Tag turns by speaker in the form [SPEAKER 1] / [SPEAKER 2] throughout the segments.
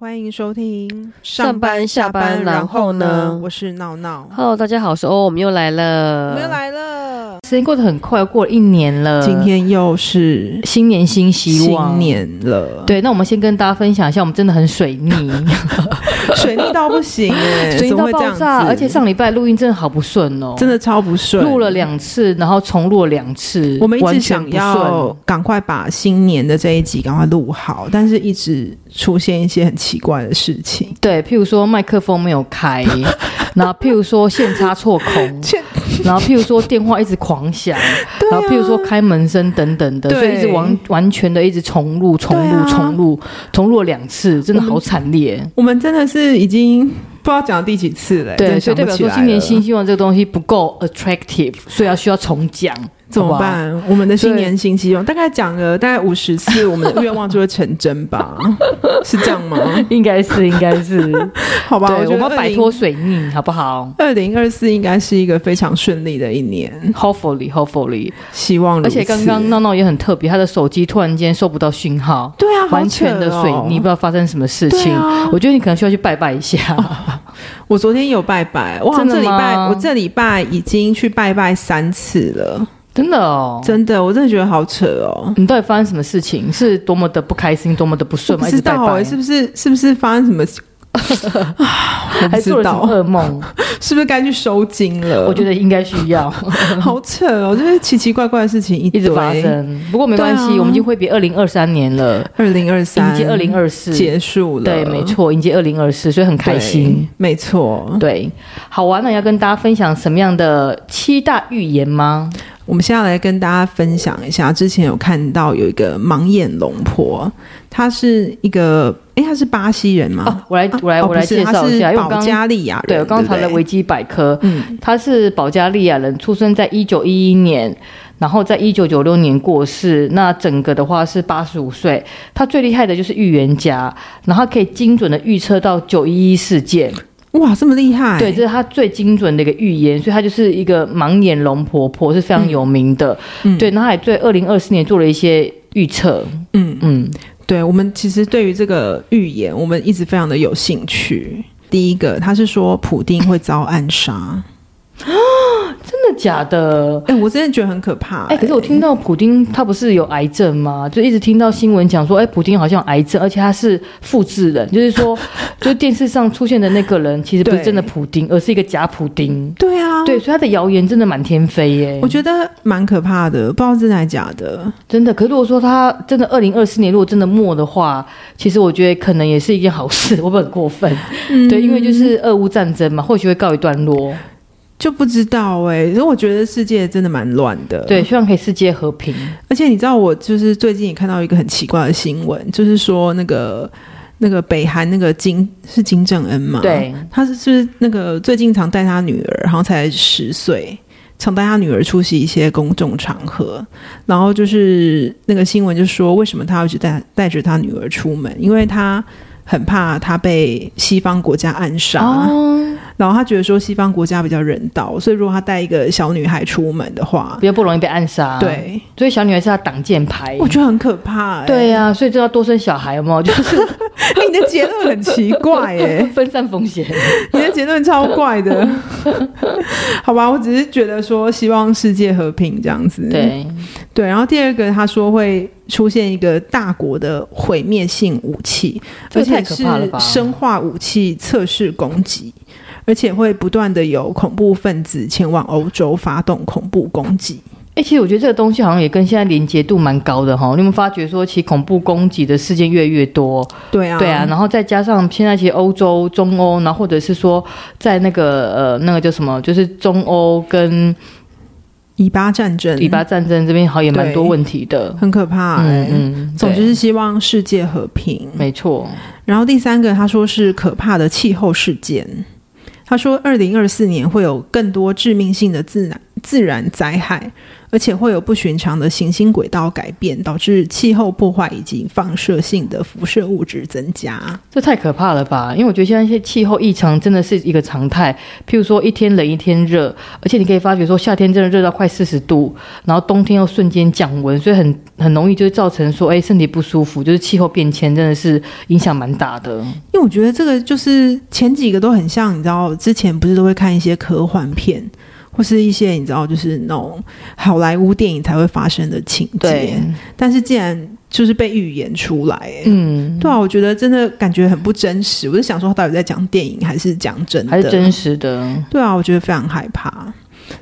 [SPEAKER 1] 欢迎收听
[SPEAKER 2] 上班下班然后呢
[SPEAKER 1] 我是闹闹，
[SPEAKER 2] Hello，大家好，我是欧，我们又来
[SPEAKER 1] 我
[SPEAKER 2] 了，
[SPEAKER 1] 们又，来了，
[SPEAKER 2] 时间过得很快，过了一年了，
[SPEAKER 1] 今天又是
[SPEAKER 2] 新年新呃希望，
[SPEAKER 1] 新。年了，
[SPEAKER 2] 对，那我们先跟大家分享一下，我们真的很 水逆，
[SPEAKER 1] 水逆到不行哎、
[SPEAKER 2] 水逆
[SPEAKER 1] 怎么
[SPEAKER 2] 到
[SPEAKER 1] 会这
[SPEAKER 2] 爆
[SPEAKER 1] 样子？
[SPEAKER 2] 炸，而且上礼拜录音真的好不顺哦，
[SPEAKER 1] 真的超不顺，
[SPEAKER 2] 录了。两次，然后重录了两次，
[SPEAKER 1] 我们一直
[SPEAKER 2] 完全
[SPEAKER 1] 想
[SPEAKER 2] 不
[SPEAKER 1] 要
[SPEAKER 2] 顺
[SPEAKER 1] 赶快把新年的这一集赶快录好，但是一直出现一些很奇怪的事情。
[SPEAKER 2] 对，譬如说麦克风没有 开，然后譬如说线插错孔，
[SPEAKER 1] 切
[SPEAKER 2] 然后譬如说电话一直狂响，
[SPEAKER 1] 对
[SPEAKER 2] 然后譬如说
[SPEAKER 1] 啊
[SPEAKER 2] 开门声等等的，
[SPEAKER 1] 对
[SPEAKER 2] 所以一直完完全的一直重录、重
[SPEAKER 1] 对
[SPEAKER 2] 录、
[SPEAKER 1] 啊
[SPEAKER 2] 重录、重录了两次，真的
[SPEAKER 1] 我们
[SPEAKER 2] 好惨烈。
[SPEAKER 1] 我们真的是已经不知道讲到第几次了、真
[SPEAKER 2] 对，
[SPEAKER 1] 的
[SPEAKER 2] 所以
[SPEAKER 1] 想
[SPEAKER 2] 代
[SPEAKER 1] 不
[SPEAKER 2] 表
[SPEAKER 1] 起
[SPEAKER 2] 说
[SPEAKER 1] 来
[SPEAKER 2] 新年
[SPEAKER 1] 了
[SPEAKER 2] 新希望这个东西不够 attractive，所以要需要重讲，
[SPEAKER 1] 怎么
[SPEAKER 2] 好不好？
[SPEAKER 1] 办？我们的新
[SPEAKER 2] 对
[SPEAKER 1] 年新希望，大概讲了大概五十次，我们的愿望就会成真吧？ 是这样吗？
[SPEAKER 2] 应该 是，应该是，
[SPEAKER 1] 好吧，
[SPEAKER 2] 对，
[SPEAKER 1] 觉得
[SPEAKER 2] 我们要摆脱水逆，好不好
[SPEAKER 1] 二零二四应该是一个非常顺利的一年，
[SPEAKER 2] ？Hopefully，Hopefully。
[SPEAKER 1] 希望如
[SPEAKER 2] 而
[SPEAKER 1] 此。
[SPEAKER 2] 且刚刚闹闹也很特别，他的手机突然间收不到讯号，
[SPEAKER 1] 对啊，好
[SPEAKER 2] 完全的
[SPEAKER 1] 扯哦
[SPEAKER 2] 水泥，不知道发生什么事
[SPEAKER 1] 对
[SPEAKER 2] 情。
[SPEAKER 1] 啊
[SPEAKER 2] 我觉得你可能需要去拜拜一下。
[SPEAKER 1] 我昨天有拜拜，我好像
[SPEAKER 2] 真
[SPEAKER 1] 这
[SPEAKER 2] 的
[SPEAKER 1] 礼拜
[SPEAKER 2] 吗
[SPEAKER 1] 我这礼拜已经去拜拜三次了，
[SPEAKER 2] 真的哦，
[SPEAKER 1] 真的，我真的觉得好扯哦。
[SPEAKER 2] 你到底发生什么事情？是多么的不开心，多么的不
[SPEAKER 1] 我
[SPEAKER 2] 顺
[SPEAKER 1] 不
[SPEAKER 2] 吗？一
[SPEAKER 1] 知
[SPEAKER 2] 直拜
[SPEAKER 1] 道
[SPEAKER 2] 拜，
[SPEAKER 1] 欸是不是是不是发生什么？ 啊我不
[SPEAKER 2] 还做
[SPEAKER 1] 知
[SPEAKER 2] 了什么
[SPEAKER 1] 道，
[SPEAKER 2] 噩 梦？
[SPEAKER 1] 是不是该去收金了？
[SPEAKER 2] 我觉得应该需要
[SPEAKER 1] 好扯哦，就是奇奇怪怪的事情一
[SPEAKER 2] 一
[SPEAKER 1] 堆
[SPEAKER 2] 直发。生。不过没关
[SPEAKER 1] 对
[SPEAKER 2] 系，
[SPEAKER 1] 啊
[SPEAKER 2] 我们已经挥别二零二三年了，
[SPEAKER 1] 二零二三
[SPEAKER 2] 迎接二零二四，
[SPEAKER 1] 结束了，
[SPEAKER 2] 对，没，错，迎接二零二四，所以很开心。，
[SPEAKER 1] 没错。
[SPEAKER 2] 对，好玩那要跟大家分享什么样的七大预言吗？
[SPEAKER 1] 我们现在来跟大家分享一下，之前有看到有一个盲眼龙婆，她是一个，诶，她是巴西人吗？
[SPEAKER 2] 哦，我来，我来，
[SPEAKER 1] 哦
[SPEAKER 2] 我来
[SPEAKER 1] 不是
[SPEAKER 2] 介绍一下，
[SPEAKER 1] 她是
[SPEAKER 2] 因为我
[SPEAKER 1] 保
[SPEAKER 2] 刚
[SPEAKER 1] 加利亚人，
[SPEAKER 2] 对我刚
[SPEAKER 1] 不
[SPEAKER 2] 查了维基百科，
[SPEAKER 1] 嗯，
[SPEAKER 2] 他是保加利亚人，出生在一九一一年，然后在一九九六年过世。那整个的话是八十五岁。他最厉害的就是预言家，然后他可以精准的预测到九一一事件。
[SPEAKER 1] 哇，这么厉害，
[SPEAKER 2] 对，这是他最精准的一个预言，所以他就是一个盲眼龙婆婆是非常有名的。
[SPEAKER 1] 嗯
[SPEAKER 2] 对，那他也对二零二四年做了一些预测。
[SPEAKER 1] 嗯，
[SPEAKER 2] 嗯，
[SPEAKER 1] 对我们其实对于这个预言，我们一直非常的有兴趣。第一个，他是说普丁会遭暗杀，
[SPEAKER 2] 真的假的？
[SPEAKER 1] 哎、我真的觉得很可怕、
[SPEAKER 2] 哎、可是我听到普丁他不是有癌症吗？就一直听到新闻讲说，哎、普丁好像有癌症，而且他是复制人，就是 说，就电视上出现的那个人其实不是
[SPEAKER 1] 对
[SPEAKER 2] 真的普丁，而是一个假普丁。
[SPEAKER 1] 对啊，
[SPEAKER 2] 对，所以他的谣言真的满天飞耶、
[SPEAKER 1] 我觉得蛮可怕的，不知道真的还假的。
[SPEAKER 2] 真的。可是如果说他真的二零二四年如果真的末的话，其实我觉得可能也是一件好事， 会不会很过分？
[SPEAKER 1] 嗯
[SPEAKER 2] 对，因为就是俄乌战争嘛，或许会告一段落。
[SPEAKER 1] 就不知道哎、因为我觉得世界真的蛮乱的。
[SPEAKER 2] 对，，希望可以世界和平。
[SPEAKER 1] 而且你知道，我就是最近也看到一个很奇怪的新闻，就是说那个那个北韩那个金是金正恩嘛？，
[SPEAKER 2] 对，
[SPEAKER 1] 他是是那个最近常带他女儿，好像才十岁。常带他女儿出席一些公众场合，然后就是那个新闻就说，为什么他要一直带带着他女儿出门？因为他很怕他被西方国家暗杀。
[SPEAKER 2] 哦，
[SPEAKER 1] 然后他觉得说西方国家比较人道，所以如果他带一个小女孩出门的话，
[SPEAKER 2] 比较不容易被暗杀。，
[SPEAKER 1] 对，
[SPEAKER 2] 所以小女孩是他挡箭牌。
[SPEAKER 1] 我觉得很可怕、欸。哎
[SPEAKER 2] 对、呀、所以就要多生小孩，有没有？就是
[SPEAKER 1] 你的结论很奇怪欸耶、
[SPEAKER 2] 分散风险。
[SPEAKER 1] 你的结论超怪的。 好吧，我只是觉得说希望世界和平这样子。
[SPEAKER 2] 对，
[SPEAKER 1] 对，然后第二个他说会出现一个大国的毁灭性武器，
[SPEAKER 2] 这
[SPEAKER 1] 而
[SPEAKER 2] 个太
[SPEAKER 1] 且
[SPEAKER 2] 可
[SPEAKER 1] 是
[SPEAKER 2] 怕了吧
[SPEAKER 1] 生化武器测试攻击。而且会不断的有恐怖分子前往欧洲发动恐怖攻击，
[SPEAKER 2] 哎、其实我觉得这个东西好像也跟现在连结度蛮高的哈。你有没有发觉说，其实恐怖攻击的事件越来越多？
[SPEAKER 1] 对啊，
[SPEAKER 2] 对啊，然后再加上现在其实欧洲、中欧，然后或者是说在那个呃那个叫什么，就是中欧跟
[SPEAKER 1] 以巴战争，
[SPEAKER 2] 以巴战争这边，好像也蛮多
[SPEAKER 1] 对
[SPEAKER 2] 问题的。
[SPEAKER 1] 很可怕、欸。
[SPEAKER 2] 嗯嗯，
[SPEAKER 1] 总之
[SPEAKER 2] 对
[SPEAKER 1] 是希望世界和平。
[SPEAKER 2] 没错。
[SPEAKER 1] 然后第三个，他说是可怕的气候事件。他说，二零二四年会有更多致命性的自然自然灾害，而且会有不寻常的行星轨道改变，导致气候破坏以及放射性的辐射物质增加。
[SPEAKER 2] 这太可怕了吧！因为我觉得现在一些气候异常真的是一个常态，譬如说一天冷一天热，而且你可以发觉说夏天真的热到快四十度，然后冬天又瞬间降温，所以很很容易就造成说，哎，身体不舒服，就是气候变迁真的是影响蛮大的。
[SPEAKER 1] 因为我觉得这个就是前几个都很像，你知道，之前不是都会看一些科幻片，或是一些你知道就是那种好莱坞电影才会发生的情
[SPEAKER 2] 对
[SPEAKER 1] 节，，但是竟然就是被预言出来、欸
[SPEAKER 2] 嗯，
[SPEAKER 1] 对啊，我觉得真的感觉很不真实。我就想说，他到底在讲电影还是讲真的？
[SPEAKER 2] 还是真实的。
[SPEAKER 1] 对啊，我觉得非常害怕。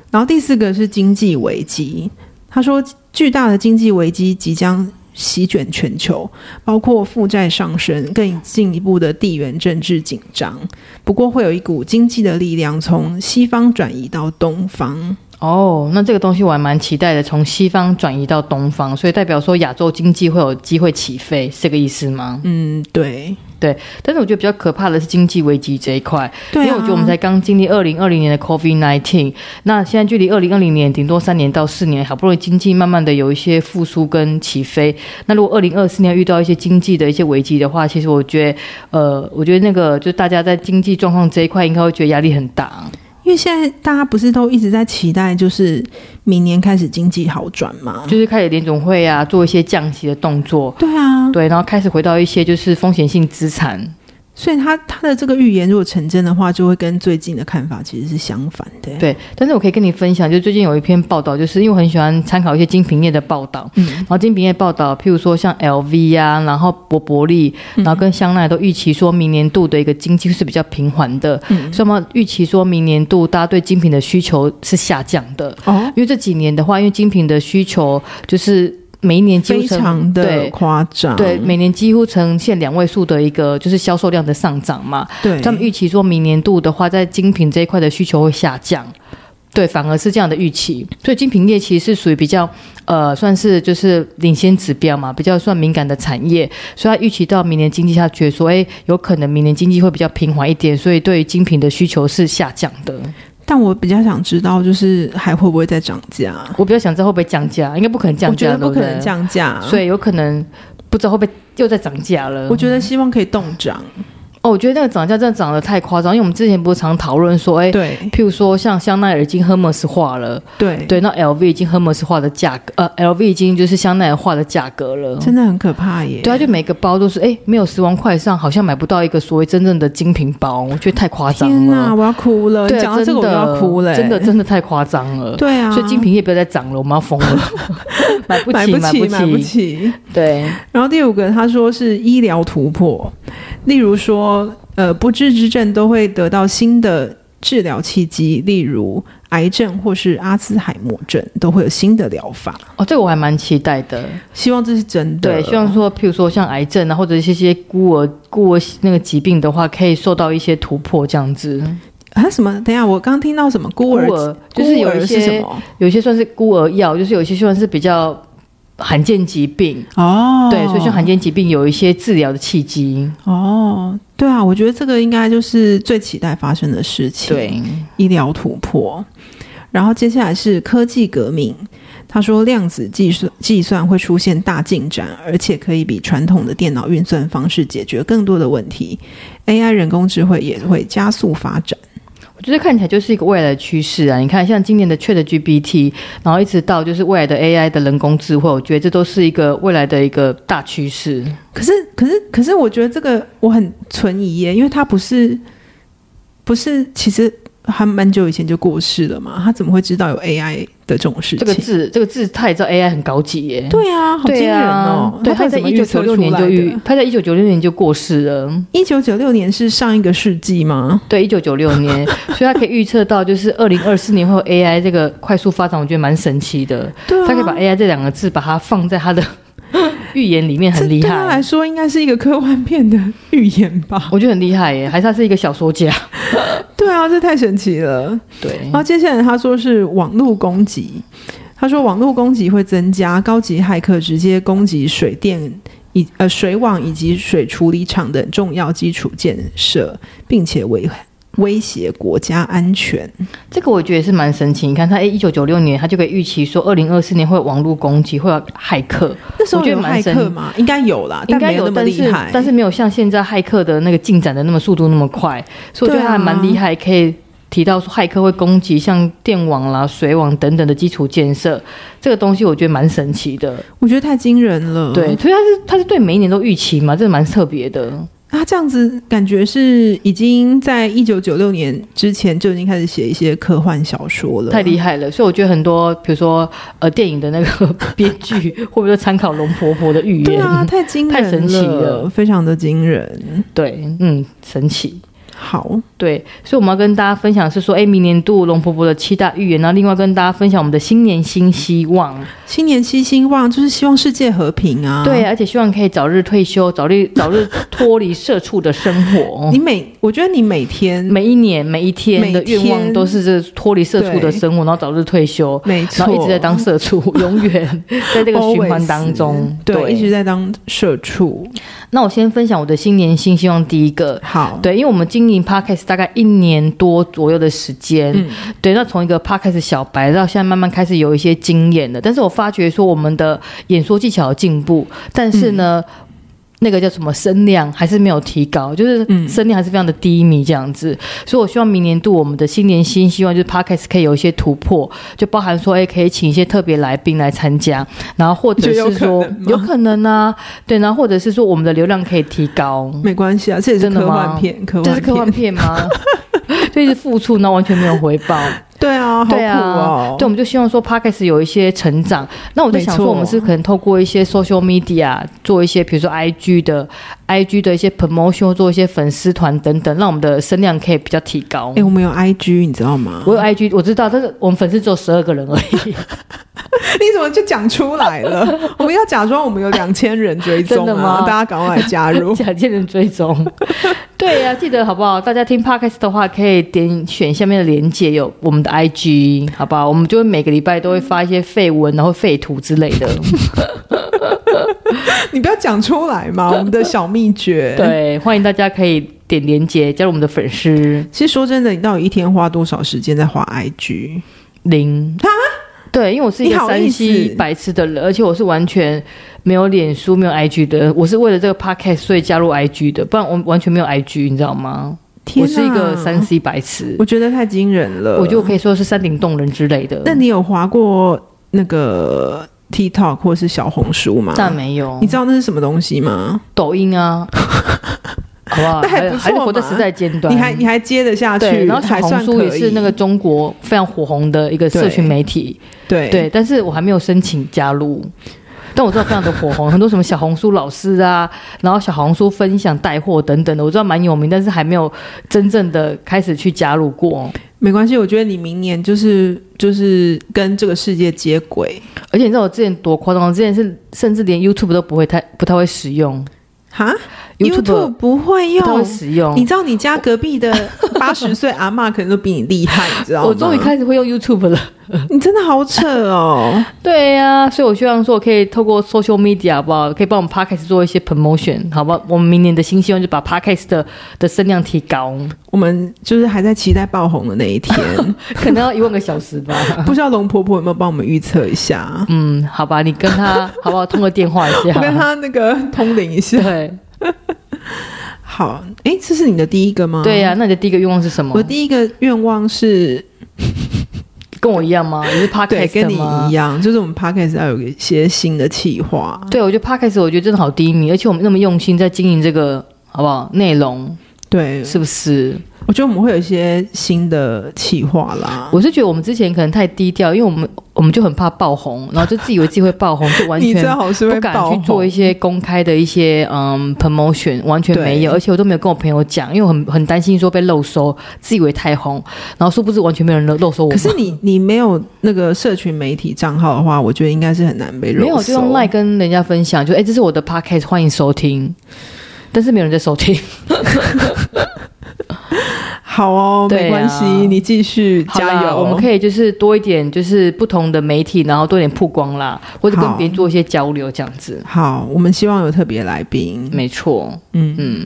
[SPEAKER 1] 然后第四个是经济危机，他说巨大的经济危机即将席卷全球，包括负债上升，更进一步的地缘政治紧张。不过会有一股经济的力量从西方转移到东方。
[SPEAKER 2] 哦，那这个东西我还蛮期待的，从西方转移到东方，所以代表说亚洲经济会有机会起飞，是这个意思吗？
[SPEAKER 1] 嗯，对，
[SPEAKER 2] 但是我觉得比较可怕的是经济危机这一块，
[SPEAKER 1] 对、啊，
[SPEAKER 2] 因为我觉得我们才刚经历二零二零年的 COVID nineteen，那现在距离二零二零年顶多三年到四年，好不容易经济慢慢的有一些复苏跟起飞。那如果二零二四年遇到一些经济的一些危机的话，其实我觉得，呃，我觉得那个就大家在经济状况这一块应该会觉得压力很大。
[SPEAKER 1] 因为现在大家不是都一直在期待，就是明年开始经济好转吗？
[SPEAKER 2] 就是开始联总会啊做一些降息的动作，
[SPEAKER 1] 对啊，
[SPEAKER 2] 对，然后开始回到一些就是风险性资产。
[SPEAKER 1] 所以他他的这个预言如果成真的话，就会跟最近的看法其实是相反的。
[SPEAKER 2] 对，但是我可以跟你分享，就最近有一篇报道，就是因为我很喜欢参考一些精品业的报道，
[SPEAKER 1] 嗯
[SPEAKER 2] 然后精品业报道，譬如说像 LV 啊，然后博博利，
[SPEAKER 1] 嗯
[SPEAKER 2] 然后跟香奈都预期说明年度的一个经济是比较平缓的，
[SPEAKER 1] 嗯
[SPEAKER 2] 所以我们预期说明年度大家对精品的需求是下降的，
[SPEAKER 1] 哦，
[SPEAKER 2] 因为这几年的话，因为精品的需求就是每一年几乎
[SPEAKER 1] 非
[SPEAKER 2] 成
[SPEAKER 1] 常的
[SPEAKER 2] 对
[SPEAKER 1] 夸张。
[SPEAKER 2] 对每年几乎呈现两位数的一个就是销售量的上涨嘛，
[SPEAKER 1] 对，
[SPEAKER 2] 他们预期说明年度的话，在精品这一块的需求会下降。对，反而是这样的预期，所以精品业其实是属于比较，呃，算是就是领先指标嘛，比较算敏感的产业，所以它预期到明年经济下觉得说，哎，有可能明年经济会比较平缓一点，所以对于精品的需求是下降的。
[SPEAKER 1] 但我比较想知道，就是还会不会再涨价？
[SPEAKER 2] 我比较想知道会不会降价，应该不可能降
[SPEAKER 1] 我觉
[SPEAKER 2] 价，
[SPEAKER 1] 得不可能
[SPEAKER 2] 对
[SPEAKER 1] 降价，
[SPEAKER 2] 不对，所以有可能不知道会不会又在涨价了。
[SPEAKER 1] 我觉得希望可以动涨。
[SPEAKER 2] 哦，我觉得那个涨价真的涨得太夸张，因为我们之前不是常讨论说，哎，
[SPEAKER 1] 对
[SPEAKER 2] 譬如说像香奈儿已经 Hermes 化了，
[SPEAKER 1] 对，
[SPEAKER 2] 对，那 LV 已经 Hermes 化的价格，呃，LV 已经就是香奈儿化的价格了。
[SPEAKER 1] 真的很可怕耶。
[SPEAKER 2] 对啊，就每个包都是，哎，没有十万块以上，好像买不到一个所谓真正的精品包，我觉得太夸张
[SPEAKER 1] 天
[SPEAKER 2] 了。
[SPEAKER 1] 我要哭了！
[SPEAKER 2] 对
[SPEAKER 1] 你
[SPEAKER 2] 啊，
[SPEAKER 1] 讲到这个我
[SPEAKER 2] 真
[SPEAKER 1] 就
[SPEAKER 2] 的
[SPEAKER 1] 要哭了，欸
[SPEAKER 2] 真的。真的太夸张了。
[SPEAKER 1] 对啊，
[SPEAKER 2] 所以精品业不要再涨了，我们要 疯了，买不
[SPEAKER 1] 买
[SPEAKER 2] 起，
[SPEAKER 1] 起，买
[SPEAKER 2] 不
[SPEAKER 1] 不。起。
[SPEAKER 2] 对，
[SPEAKER 1] 然后第五个，他说是医疗突破，例如说，呃，不治之症都会得到新的治疗契机，例如癌症或是阿兹海默症都会有新的疗法。
[SPEAKER 2] 哦，这个我还蛮期待的。
[SPEAKER 1] 希望这是真的。
[SPEAKER 2] 对，希望说，譬如说像癌症啊，或者一些些孤儿孤儿那个疾病的话，可以受到一些突破，这样子。
[SPEAKER 1] 啊什么？等一下，我刚听到什么孤儿，
[SPEAKER 2] 孤儿就是有
[SPEAKER 1] 孤
[SPEAKER 2] 一
[SPEAKER 1] 儿
[SPEAKER 2] 些
[SPEAKER 1] 是什么？
[SPEAKER 2] 有一些算是孤儿药，就是有一些算是比较罕见疾病，
[SPEAKER 1] 哦，
[SPEAKER 2] 对，所以像罕见疾病有一些治疗的契机，
[SPEAKER 1] 哦，对啊，我觉得这个应该就是最期待发生的事情。
[SPEAKER 2] 对，
[SPEAKER 1] 医疗突破。然后接下来是科技革命。他说，量子计算计算会出现大进展，而且可以比传统的电脑运算方式解决更多的问题。AI 人工智慧也会加速发展。
[SPEAKER 2] 我觉得看起来就是一个未来的趋势啊。你看，像今年的 Chat GPT，然后一直到就是未来的 AI 的人工智慧，我觉得这都是一个未来的一个大趋势。
[SPEAKER 1] 可是，可是，可是，我觉得这个我很存疑耶，因为他不是不是，其实还蛮久以前就过世了嘛，他怎么会知道有 AI 的这种事情？
[SPEAKER 2] 这个字，这个字，他也知道 AI 很高级耶。
[SPEAKER 1] 对啊，好惊
[SPEAKER 2] 对
[SPEAKER 1] 人哦！
[SPEAKER 2] 啊，对，
[SPEAKER 1] 他
[SPEAKER 2] 他
[SPEAKER 1] 到
[SPEAKER 2] 在
[SPEAKER 1] 底怎么
[SPEAKER 2] 一
[SPEAKER 1] 预
[SPEAKER 2] 九
[SPEAKER 1] 测出
[SPEAKER 2] 九六年
[SPEAKER 1] 来
[SPEAKER 2] 就
[SPEAKER 1] 的
[SPEAKER 2] 预，他在一九九六年就过世了。
[SPEAKER 1] 一九九六年是上一个世纪吗？
[SPEAKER 2] 对，一九九六年， 所以他可以预测到，就是二零二四年会有 AI 这个快速发展，我觉得蛮神奇的。
[SPEAKER 1] 对啊
[SPEAKER 2] 他可以把 AI 这两个字把它放在他的 预言里面，
[SPEAKER 1] 这
[SPEAKER 2] 很厉
[SPEAKER 1] 对他来
[SPEAKER 2] 害。
[SPEAKER 1] 说应该是一个科幻片的预言吧？
[SPEAKER 2] 我觉得很厉害耶，还是他是一个小说家。
[SPEAKER 1] 对啊，这太神奇了。
[SPEAKER 2] 对
[SPEAKER 1] 然，后接下来他说是网络攻击，他说网络攻击会增加高级骇客直接攻击水电。以呃水网以及水处理厂等重要基础建设，并且危威胁国家安全。
[SPEAKER 2] 这个我觉得也是蛮神奇。你看，他一九九六年，他就可以预期说，二零二四年会有网络攻击，会有骇客。
[SPEAKER 1] 那时候
[SPEAKER 2] 我觉
[SPEAKER 1] 有
[SPEAKER 2] 得蛮
[SPEAKER 1] 骇
[SPEAKER 2] 神
[SPEAKER 1] 客吗？应该有啦，
[SPEAKER 2] 应
[SPEAKER 1] 啊但
[SPEAKER 2] 该
[SPEAKER 1] 没有那么
[SPEAKER 2] 但
[SPEAKER 1] 厉
[SPEAKER 2] 是
[SPEAKER 1] 害。
[SPEAKER 2] 但是没有像现在骇客的那个进展的那么速度那么快，所以我觉
[SPEAKER 1] 对
[SPEAKER 2] 得
[SPEAKER 1] 啊
[SPEAKER 2] 他还蛮厉害，可以提到说骇客会攻击像电网啦、水网等等的基础建设，这个东西我觉得蛮神奇的。
[SPEAKER 1] 我觉得太惊人了。
[SPEAKER 2] 对，，所以他是他是对每一年都预期嘛，这蛮特别的。
[SPEAKER 1] 他这样子感觉是已经在一九九六年之前就已经开始写一些科幻小说了。
[SPEAKER 2] 太厉害了，所以我觉得很多，比如说呃，电影的那个 编剧会不会都参考龙婆婆的预言？
[SPEAKER 1] 对啊，太惊人
[SPEAKER 2] 太神奇了
[SPEAKER 1] 非常的惊人。
[SPEAKER 2] 对，嗯，神奇。
[SPEAKER 1] 好，
[SPEAKER 2] 对，所以我们要跟大家分享的是说，哎，明年度龙婆婆的七大预言，然后另外跟大家分享我们的新年新希望。
[SPEAKER 1] 新年期兴旺就是希望世界和平啊。
[SPEAKER 2] 对，而且希望可以早日退休，早日早日脱离社畜的生活
[SPEAKER 1] 你。每我觉得 你每天
[SPEAKER 2] 每一年每一天的
[SPEAKER 1] 每天
[SPEAKER 2] 愿望都是这脱离社畜的生活，然后早日退休，
[SPEAKER 1] 没
[SPEAKER 2] 然
[SPEAKER 1] 错
[SPEAKER 2] 后一直在当社畜，永远在这个循环当中
[SPEAKER 1] Always，。对，一直在当社畜。
[SPEAKER 2] 那我先分享我的新年新希望第一个。
[SPEAKER 1] 好，
[SPEAKER 2] 对，因为我们经营 podcast 大概一年多左右的时间，
[SPEAKER 1] 嗯
[SPEAKER 2] 对，那从一个 podcast 小白到现在慢慢开始有一些经验了，但是我发觉说我们的演说技巧有进步，但是呢。
[SPEAKER 1] 嗯
[SPEAKER 2] 那个叫什么声量还是没有提高，就是
[SPEAKER 1] 嗯
[SPEAKER 2] 声量还是非常的低迷这样子，所以我希望明年度我们的新年新希望就是 podcast 可以有一些突破，就包含说，哎，可以请一些特别来宾来参加，然后或者
[SPEAKER 1] 你觉得有
[SPEAKER 2] 是
[SPEAKER 1] 可
[SPEAKER 2] 说
[SPEAKER 1] 能吗
[SPEAKER 2] 有可能啊，对，然后或者是说我们的流量可以提高，
[SPEAKER 1] 没关系啊，这也是
[SPEAKER 2] 真的
[SPEAKER 1] 科
[SPEAKER 2] 吗
[SPEAKER 1] 幻片，科
[SPEAKER 2] 这是
[SPEAKER 1] 幻
[SPEAKER 2] 科幻
[SPEAKER 1] 片。
[SPEAKER 2] 片吗？ 就一直付出，那完全没有回报。
[SPEAKER 1] 对啊，好
[SPEAKER 2] 对
[SPEAKER 1] 酷
[SPEAKER 2] 啊
[SPEAKER 1] 哦，。
[SPEAKER 2] 对，我们就希望说 p o d c a s t 有一些成长。那我在想说，
[SPEAKER 1] 没错
[SPEAKER 2] 我们是可能透过一些 social media 做一些，比如说 IG 的 IG 的一些 promotion，做一些粉丝团等等，让我们的声量可以比较提高。
[SPEAKER 1] 哎，我们有 IG，你知道吗？
[SPEAKER 2] 我有 IG，我知道，但是我们粉丝只有十二个人 而已，
[SPEAKER 1] 你怎么就讲出来 了？我们要假装我们有两千人追踪
[SPEAKER 2] 真的
[SPEAKER 1] 啊，
[SPEAKER 2] 吗。
[SPEAKER 1] 大家赶快来加入
[SPEAKER 2] 假借人追踪。对呀、记得好不好？大家听 podcast 的话，可以点选下面的链接，有我们的 IG，好不好？我们就会每个礼拜都会发一些废文，然后废图之类 的。
[SPEAKER 1] 你不要讲出来 嘛，我们的小秘诀。，
[SPEAKER 2] 对，欢迎大家可以点连接加入我们的粉丝
[SPEAKER 1] 其实说真的，你到底一天花多少时间在滑 IG？
[SPEAKER 2] 零啊。对，因为我是一
[SPEAKER 1] 你
[SPEAKER 2] 个
[SPEAKER 1] 好
[SPEAKER 2] 山
[SPEAKER 1] 意
[SPEAKER 2] 西
[SPEAKER 1] 思
[SPEAKER 2] 白痴的人，而且我是完全没有脸书、没有 IG 的，我是为了这个 podcast 所以加入 IG 的，不然我完全没有 IG，你知道吗？
[SPEAKER 1] 天
[SPEAKER 2] 我
[SPEAKER 1] 哪
[SPEAKER 2] 是一个三 C 白痴，
[SPEAKER 1] 我觉得太惊人了。
[SPEAKER 2] 我觉得我可以说是山顶洞人之类的，
[SPEAKER 1] 那你有滑过那个 TikTok 或是小红书吗？
[SPEAKER 2] 但没有
[SPEAKER 1] 你知道那是什么东西吗？
[SPEAKER 2] 抖 音啊，好不好？
[SPEAKER 1] 那还不错
[SPEAKER 2] 是还是活在
[SPEAKER 1] 嘛
[SPEAKER 2] 时代尖端，
[SPEAKER 1] 你还你还接得下去？
[SPEAKER 2] 对，然后小
[SPEAKER 1] 还
[SPEAKER 2] 红
[SPEAKER 1] 算
[SPEAKER 2] 书也
[SPEAKER 1] 可
[SPEAKER 2] 是
[SPEAKER 1] 以
[SPEAKER 2] 那个中国非常火红的一个社群
[SPEAKER 1] 对
[SPEAKER 2] 媒体，
[SPEAKER 1] 对
[SPEAKER 2] 对，但是我还没有申请加入。但我知道非常的火 红，很多什么小红书老师啊，然后小红书分享带货等等的，我知道蛮有名，但是还没有真正的开始去加入过。
[SPEAKER 1] 没关系，我觉得你明年就是就是跟这个世界接轨
[SPEAKER 2] 而且你知道我之前多夸张，我之前是甚至连 YouTube 都不会太不太会使用
[SPEAKER 1] 哈
[SPEAKER 2] YouTube
[SPEAKER 1] 不会
[SPEAKER 2] 不太会
[SPEAKER 1] 用。
[SPEAKER 2] 使用
[SPEAKER 1] 你。知道你家隔壁 的八十岁阿嬷可能都比你厉害，你知道吗？
[SPEAKER 2] 我终于，开始会用 YouTube 了，
[SPEAKER 1] 你真的好扯哦！
[SPEAKER 2] 对呀、所以我希望说，我可以透过 social media 好不好，可以帮我们 podcast 做一些 promotion，好不好？我们明年的新希望就把 podcast 的的声量提高，
[SPEAKER 1] 我们就是还在期待爆红的那一 天，
[SPEAKER 2] 可能要一万个小时吧。
[SPEAKER 1] 不知道龙婆婆有没有帮我们预测一下？
[SPEAKER 2] 嗯，好吧，你跟他好不好通个电话一下？
[SPEAKER 1] 我跟她那个通灵一下。
[SPEAKER 2] 对
[SPEAKER 1] 好，哎，这是你的第一个吗？
[SPEAKER 2] 对呀、那你的第一个愿望是什么
[SPEAKER 1] 我？第一个愿望是，
[SPEAKER 2] 跟我一样吗？你是 podcast
[SPEAKER 1] 对，跟你
[SPEAKER 2] 吗
[SPEAKER 1] 一样，就是我们 podcast 要有一些新的企划。
[SPEAKER 2] 对，我觉得 podcast 我觉得真的好低迷，而且我们那么用心在经营这个，好不好？内容
[SPEAKER 1] 对，
[SPEAKER 2] 是不是？
[SPEAKER 1] 我觉得我们会有一些新的企划啦。
[SPEAKER 2] 我是觉得我们之前可能太低调，因为我们我们就很怕爆红，然后就自以为自己会 爆红，就完
[SPEAKER 1] 你
[SPEAKER 2] 全
[SPEAKER 1] 最好是
[SPEAKER 2] 不
[SPEAKER 1] 会
[SPEAKER 2] 敢
[SPEAKER 1] 爆
[SPEAKER 2] 去做
[SPEAKER 1] 红
[SPEAKER 2] 一些公开的一些嗯 promotion，完全没有，
[SPEAKER 1] 对
[SPEAKER 2] 而且我都没有跟我朋友讲，因为我很很担心说被漏收，自以为太红，然后殊不知完全没有人漏漏收我
[SPEAKER 1] 可
[SPEAKER 2] 们。
[SPEAKER 1] 是你你没有那个社群媒体账号的话，我觉得应该是很难被肉搜
[SPEAKER 2] 没有，就用 Line 跟人家分享，就哎、这是我的 podcast，欢迎收听。但是没有人在 收听，
[SPEAKER 1] 好哦，
[SPEAKER 2] 对
[SPEAKER 1] 没
[SPEAKER 2] 啊
[SPEAKER 1] 关系，你继续
[SPEAKER 2] 好啦
[SPEAKER 1] 加油。
[SPEAKER 2] 我们可以就是多一点，就是不同的媒体，然后多一点曝光啦，或者
[SPEAKER 1] 好
[SPEAKER 2] 跟别人做一些交流，这样子。
[SPEAKER 1] 好，我们希望有特别来宾。
[SPEAKER 2] 没错，
[SPEAKER 1] 嗯，
[SPEAKER 2] 嗯，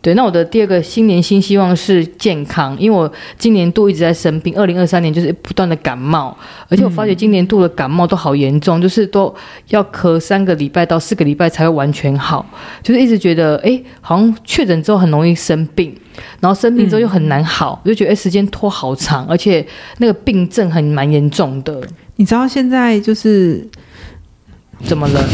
[SPEAKER 2] 对，那我的第二个新年新希望是健康，因为我今年度一直在生病，二零二三年就是不断的感冒，而且我
[SPEAKER 1] 嗯
[SPEAKER 2] 发觉今年度的感冒都好严重，就是都要咳三个礼拜到四个礼拜才会完全好，就是一直觉得哎，好像确诊之后很容易生病，然后生病之后又很
[SPEAKER 1] 嗯
[SPEAKER 2] 难好，我就觉得哎，时间拖好长，而且那个病症很蛮严重的，
[SPEAKER 1] 你知道现在就是，
[SPEAKER 2] 怎 么了？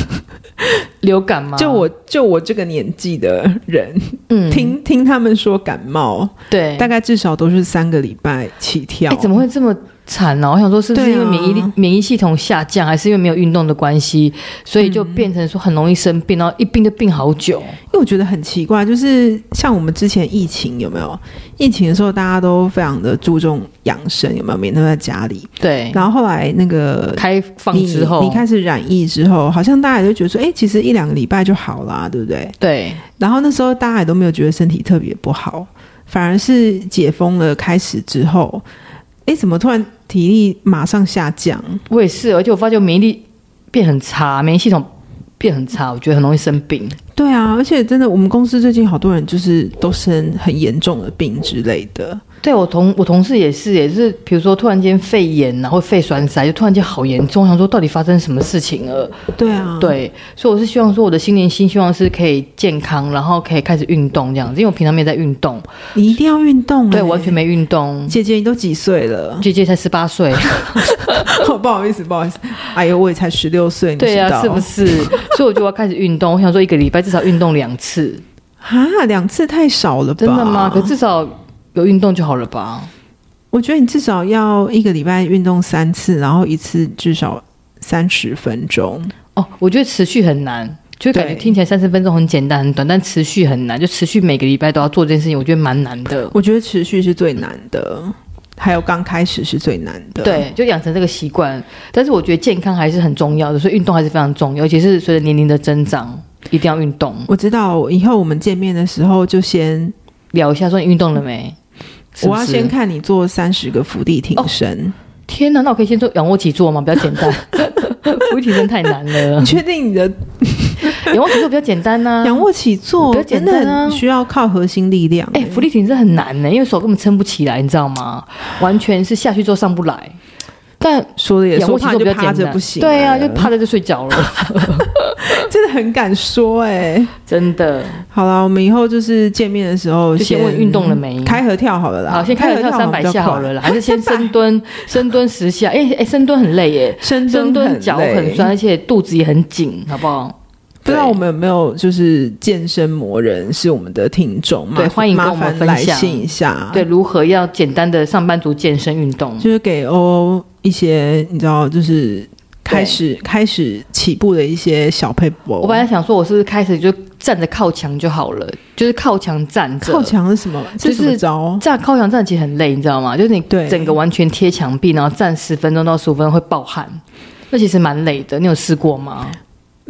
[SPEAKER 2] 流感吗？
[SPEAKER 1] 就我就我这个年纪的人，
[SPEAKER 2] 嗯
[SPEAKER 1] 听听他们说感冒，
[SPEAKER 2] 对，
[SPEAKER 1] 大概至少都是三个礼拜起跳。
[SPEAKER 2] 哎、怎么会这么惨呢、我想说，是不是
[SPEAKER 1] 对啊
[SPEAKER 2] 因为免疫力、免疫系统下降，还是因为没有运动的关系，所以就
[SPEAKER 1] 嗯
[SPEAKER 2] 变成说很容易生病，然后一病就病好久。
[SPEAKER 1] 因为我觉得很奇怪，就是像我们之前疫情有没有？疫情的时候大家都非常的注重养生，有没有？每天都在家里。
[SPEAKER 2] 对，
[SPEAKER 1] 然后后来那个
[SPEAKER 2] 开放之后，
[SPEAKER 1] 你，你开始染疫之后，好像大家也就觉得说，哎、其实一两个礼拜就好啦，对不对？
[SPEAKER 2] 对
[SPEAKER 1] 然后那时候大家也都没有觉得身体特别不好，反而是解封了开始之后，哎，怎么突然体力马上下降？
[SPEAKER 2] 我也是，而且我发觉免疫力变很差，免疫系统变很差，我觉得很容易生病。
[SPEAKER 1] 对啊，而且真的，我们公司最近好多人就是都生很严重的病之类的。
[SPEAKER 2] 对我同我同事也是，也是，比如说突然间肺炎然后肺栓塞，就突然间好严重，我想说到底发生什么事情了？
[SPEAKER 1] 对啊，
[SPEAKER 2] 对，所以我是希望说我的新年新希望是可以健康，然后可以开始运动这样子，因为我平常没有在运动，
[SPEAKER 1] 你一定要运动、
[SPEAKER 2] 对，
[SPEAKER 1] 诶
[SPEAKER 2] 我完全。没运动。？
[SPEAKER 1] 姐姐，你都几岁了
[SPEAKER 2] 姐姐才十八岁，
[SPEAKER 1] 不好意思，不好意思。哎呦，我也才十六岁，你
[SPEAKER 2] 对
[SPEAKER 1] 知
[SPEAKER 2] 呀、
[SPEAKER 1] 道？
[SPEAKER 2] 是不是？所以我就要开始运动。我想说，一个礼拜至少运动两次，
[SPEAKER 1] 啊，两次太少了吧？
[SPEAKER 2] 真的吗？可至少有运动就好了吧？
[SPEAKER 1] 我觉得你至少要一个礼拜运动三次，然后一次至少三十分钟。
[SPEAKER 2] 哦，我觉得持续很难，就感觉
[SPEAKER 1] 对
[SPEAKER 2] 听起来三十分钟很简单很短，但持续很难，就持续每个礼拜都要做这件事情，我觉得蛮难的。
[SPEAKER 1] 我觉得持续是最难的，还有刚开始是最难的。，
[SPEAKER 2] 对，就养成这个习惯。但是我觉得健康还是很重要的，所以运动还是非常重要，尤其是随着年龄的增长，一定要运动。
[SPEAKER 1] 我知道，以后我们见面的时候就先，
[SPEAKER 2] 聊一下，说你运动了没？是哦不
[SPEAKER 1] 我要
[SPEAKER 2] 是
[SPEAKER 1] 先看你做三十个伏地挺身。
[SPEAKER 2] 天哪，那我可以先做仰卧起坐吗？比较 简单，俯卧撑太难了
[SPEAKER 1] 你。确定你的
[SPEAKER 2] 仰卧起坐比较简单啊呐、
[SPEAKER 1] 嗯仰卧起坐
[SPEAKER 2] 比较
[SPEAKER 1] 真
[SPEAKER 2] 简
[SPEAKER 1] 的
[SPEAKER 2] 单啊
[SPEAKER 1] 很需要靠核心力量、欸
[SPEAKER 2] 哎、俯卧撑真的很难呢、因为手根本撑不起来，你知道吗？完全是下去之后上不来。但
[SPEAKER 1] 说的也
[SPEAKER 2] 仰
[SPEAKER 1] 说
[SPEAKER 2] 卧起
[SPEAKER 1] 怕
[SPEAKER 2] 坐比
[SPEAKER 1] 就
[SPEAKER 2] 较
[SPEAKER 1] 趴
[SPEAKER 2] 简
[SPEAKER 1] 着
[SPEAKER 2] 单，
[SPEAKER 1] 不行、
[SPEAKER 2] 对啊，就趴着就睡着了，
[SPEAKER 1] 真的很敢说哎、
[SPEAKER 2] 真的。
[SPEAKER 1] 好啦，我们以后就是见面的时候
[SPEAKER 2] 就先问运动了没
[SPEAKER 1] 开合跳好了啦。
[SPEAKER 2] 好，先开始跳三百下好了啦，还是先
[SPEAKER 1] 三百
[SPEAKER 2] 深 蹲，深蹲十下。哎、哎、深蹲很累耶、
[SPEAKER 1] 深
[SPEAKER 2] 深蹲脚
[SPEAKER 1] 累
[SPEAKER 2] 很酸，。而且肚子也很紧，好不好？
[SPEAKER 1] 不知道
[SPEAKER 2] 对
[SPEAKER 1] 我们有没有就是健身魔人是我们的听众，麻
[SPEAKER 2] 对欢迎跟
[SPEAKER 1] 麻
[SPEAKER 2] 我们
[SPEAKER 1] 烦
[SPEAKER 2] 分
[SPEAKER 1] 来
[SPEAKER 2] 享
[SPEAKER 1] 信一下，
[SPEAKER 2] 对，，如何要简单的上班族健身运动？
[SPEAKER 1] 就是给欧欧一些你知道就是开始开始起步的一些小配博。
[SPEAKER 2] 我本来想说，我是不是开始就站着靠墙就好了，就是靠墙站着。
[SPEAKER 1] 靠墙是什么？
[SPEAKER 2] 就是
[SPEAKER 1] 这什么招？
[SPEAKER 2] 站靠墙站其实很累，你知道吗？就是你
[SPEAKER 1] 对
[SPEAKER 2] 整个完全贴墙壁，然后站十分钟到十五分钟会爆汗，那其实蛮累的。你有试过吗？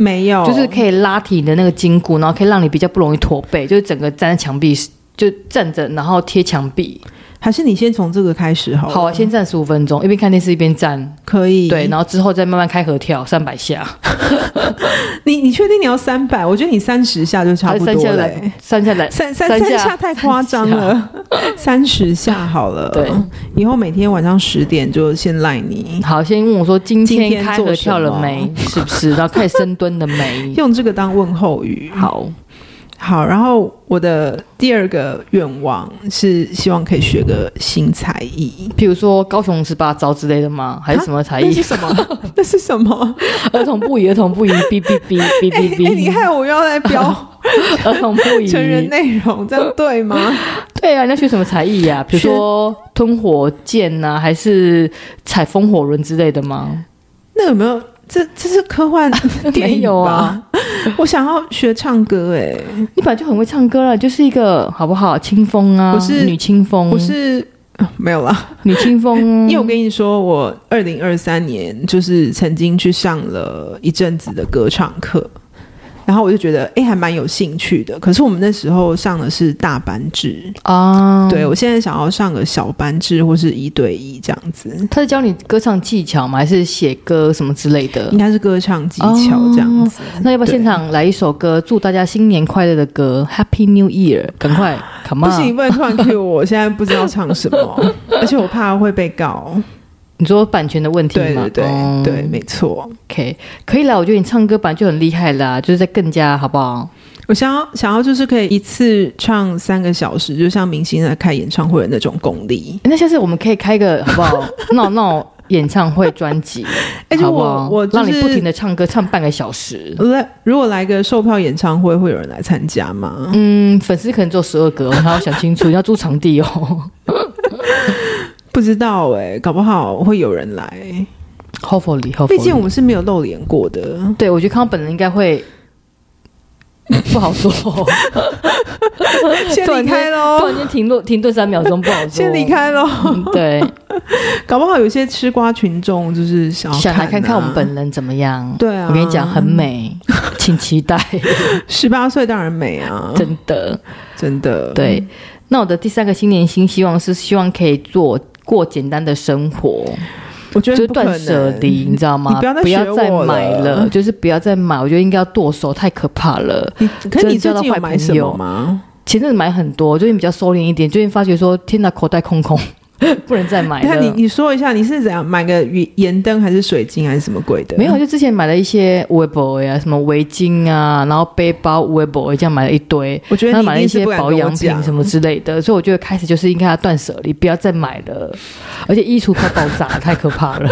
[SPEAKER 1] 没有，
[SPEAKER 2] 就是可以拉提你的那个筋骨，然后可以让你比较不容易驼背，就是整个站在墙壁就站着，然后贴墙壁。
[SPEAKER 1] 还是你先从这个开始好了。
[SPEAKER 2] 好啊，先站十五分钟，一边看电视一边站，
[SPEAKER 1] 可以。
[SPEAKER 2] 对，然后之后再慢慢开合跳三百下，
[SPEAKER 1] 你你确定你要三百？我觉得你三十下就差不多
[SPEAKER 2] 三下
[SPEAKER 1] 了、欸
[SPEAKER 2] 来，三下 来，
[SPEAKER 1] 三三
[SPEAKER 2] 三
[SPEAKER 1] 三
[SPEAKER 2] 下
[SPEAKER 1] 下太夸张了， 三十下好了。
[SPEAKER 2] 对，
[SPEAKER 1] 以后每天晚上十点就先赖你，
[SPEAKER 2] 好，先问我说今
[SPEAKER 1] 今天
[SPEAKER 2] 天开合跳了没
[SPEAKER 1] 做，
[SPEAKER 2] 是不是？然后开始深蹲了 没？
[SPEAKER 1] 用这个当问候语。
[SPEAKER 2] 好，
[SPEAKER 1] 好，然后我的第二个愿望是希望可以学个新才艺。
[SPEAKER 2] 譬如说高雄十八招之类的吗？还是什么才
[SPEAKER 1] 那
[SPEAKER 2] 艺
[SPEAKER 1] 是？什么？ 那是什么？
[SPEAKER 2] 儿童不宜，儿童不宜， 哔哔哔哔
[SPEAKER 1] 哎、
[SPEAKER 2] 哔
[SPEAKER 1] 哎你
[SPEAKER 2] 哔，
[SPEAKER 1] 害我又要来标
[SPEAKER 2] 儿童不宜。
[SPEAKER 1] 成人内容，这样对吗？
[SPEAKER 2] 对啊，你要学什么才艺呀、啊？比如说吞火箭呐、啊，还是踩风火轮之类的吗？
[SPEAKER 1] 那有没有？这这是科幻电
[SPEAKER 2] 没
[SPEAKER 1] 影
[SPEAKER 2] 有
[SPEAKER 1] 吧？
[SPEAKER 2] 啊，嗯
[SPEAKER 1] 我想要学唱歌、哎，
[SPEAKER 2] 你本来就很会唱歌了，就是一个好不好？清风啊，
[SPEAKER 1] 我是
[SPEAKER 2] 女清风，
[SPEAKER 1] 我是、啊没有啦。
[SPEAKER 2] 女清风
[SPEAKER 1] 因为，我跟你说，我二零二三年就是曾经去上了一阵子的歌唱课，然后我就觉得，哎，还蛮有兴趣的。可是我们那时候上的是大班制，
[SPEAKER 2] 啊，
[SPEAKER 1] 对我现在想要上个小班制或是一对一这样子，
[SPEAKER 2] 他是教你歌唱技巧吗？还是写歌什么之类的
[SPEAKER 1] 应？该是歌唱技巧这样子。
[SPEAKER 2] 哦那要不要
[SPEAKER 1] 对
[SPEAKER 2] 现场来一首歌，祝大家新年快乐的歌，Happy New Year！赶快，Come
[SPEAKER 1] 不
[SPEAKER 2] on！
[SPEAKER 1] 行，不能突然 Q 我，我现在不知道唱什 么，而且我怕会被告。
[SPEAKER 2] 你说版权的问题
[SPEAKER 1] 对
[SPEAKER 2] 吗？
[SPEAKER 1] 对对、
[SPEAKER 2] 哦
[SPEAKER 1] 对，没错。
[SPEAKER 2] ，OK，可以啦。我觉得你唱歌版就很厉害啦，就是在更加好不好？
[SPEAKER 1] 我想要想要就是可以一次唱三个小时，就像明星在开演唱会的那种功力。
[SPEAKER 2] 诶那下次我们可以开个好 不好？闹闹演唱会专辑，
[SPEAKER 1] 而且
[SPEAKER 2] 好不
[SPEAKER 1] 我
[SPEAKER 2] 好？
[SPEAKER 1] 我哎就
[SPEAKER 2] 让你不停
[SPEAKER 1] 是
[SPEAKER 2] 的唱歌，唱半个小时。
[SPEAKER 1] 来，如果来个售票演唱会，会有人来参加吗？
[SPEAKER 2] 嗯，粉丝可能只有十二个，还要想清楚，你要租场地 哦。
[SPEAKER 1] 不知道哎、搞不好会有人来。
[SPEAKER 2] Hopefully，Hopefully。
[SPEAKER 1] 毕竟我们是没有露脸过 的。
[SPEAKER 2] 对，我觉得康本人应该会不好说，
[SPEAKER 1] 先
[SPEAKER 2] 突然
[SPEAKER 1] 离
[SPEAKER 2] 间
[SPEAKER 1] 开
[SPEAKER 2] 突
[SPEAKER 1] 喽，
[SPEAKER 2] 然间停顿停顿三秒钟不好说。
[SPEAKER 1] 哦先离、开喽。
[SPEAKER 2] 嗯，对，
[SPEAKER 1] 搞不好有些吃瓜群众就是想要
[SPEAKER 2] 想来看
[SPEAKER 1] 看
[SPEAKER 2] 看我们
[SPEAKER 1] 啊
[SPEAKER 2] 本人怎么样。
[SPEAKER 1] 对啊，
[SPEAKER 2] 我跟你讲，很美，请 期待，
[SPEAKER 1] 十八岁当然美啊，真
[SPEAKER 2] 真的。
[SPEAKER 1] 真的，
[SPEAKER 2] 对，那我的第三个新年新希望是希望可以做过简单的生活，
[SPEAKER 1] 我觉
[SPEAKER 2] 就
[SPEAKER 1] 得
[SPEAKER 2] 是
[SPEAKER 1] 不可
[SPEAKER 2] 断
[SPEAKER 1] 能
[SPEAKER 2] 舍离，你知道吗？
[SPEAKER 1] 你不要再学
[SPEAKER 2] 再
[SPEAKER 1] 我
[SPEAKER 2] 买
[SPEAKER 1] 了
[SPEAKER 2] 了，就是不要再买，我觉得应该要剁手，太可怕了。
[SPEAKER 1] 你可是你最
[SPEAKER 2] 真的交到
[SPEAKER 1] 近有
[SPEAKER 2] 坏
[SPEAKER 1] 买
[SPEAKER 2] 朋
[SPEAKER 1] 什么
[SPEAKER 2] 友
[SPEAKER 1] 吗？
[SPEAKER 2] 前阵子买很多，最近比较收敛一点，最近发觉说，天哪，口袋空空， 不能再买
[SPEAKER 1] 你啊看你
[SPEAKER 2] 了。
[SPEAKER 1] 你说一下，你是怎样买个盐盐灯还是水晶还是什么鬼的？
[SPEAKER 2] 没有，就之前买了一些围脖呀，什么围巾啊，然后背包围脖，这样买了一堆，
[SPEAKER 1] 我觉
[SPEAKER 2] 然
[SPEAKER 1] 得
[SPEAKER 2] 后
[SPEAKER 1] 你
[SPEAKER 2] 买了
[SPEAKER 1] 一
[SPEAKER 2] 一
[SPEAKER 1] 定是
[SPEAKER 2] 些
[SPEAKER 1] 不敢
[SPEAKER 2] 保
[SPEAKER 1] 跟我
[SPEAKER 2] 养品
[SPEAKER 1] 讲
[SPEAKER 2] 什么之类的，所以我觉得开始就是应该要断舍离，不要再买了。而且衣橱快爆炸，太可怕 了。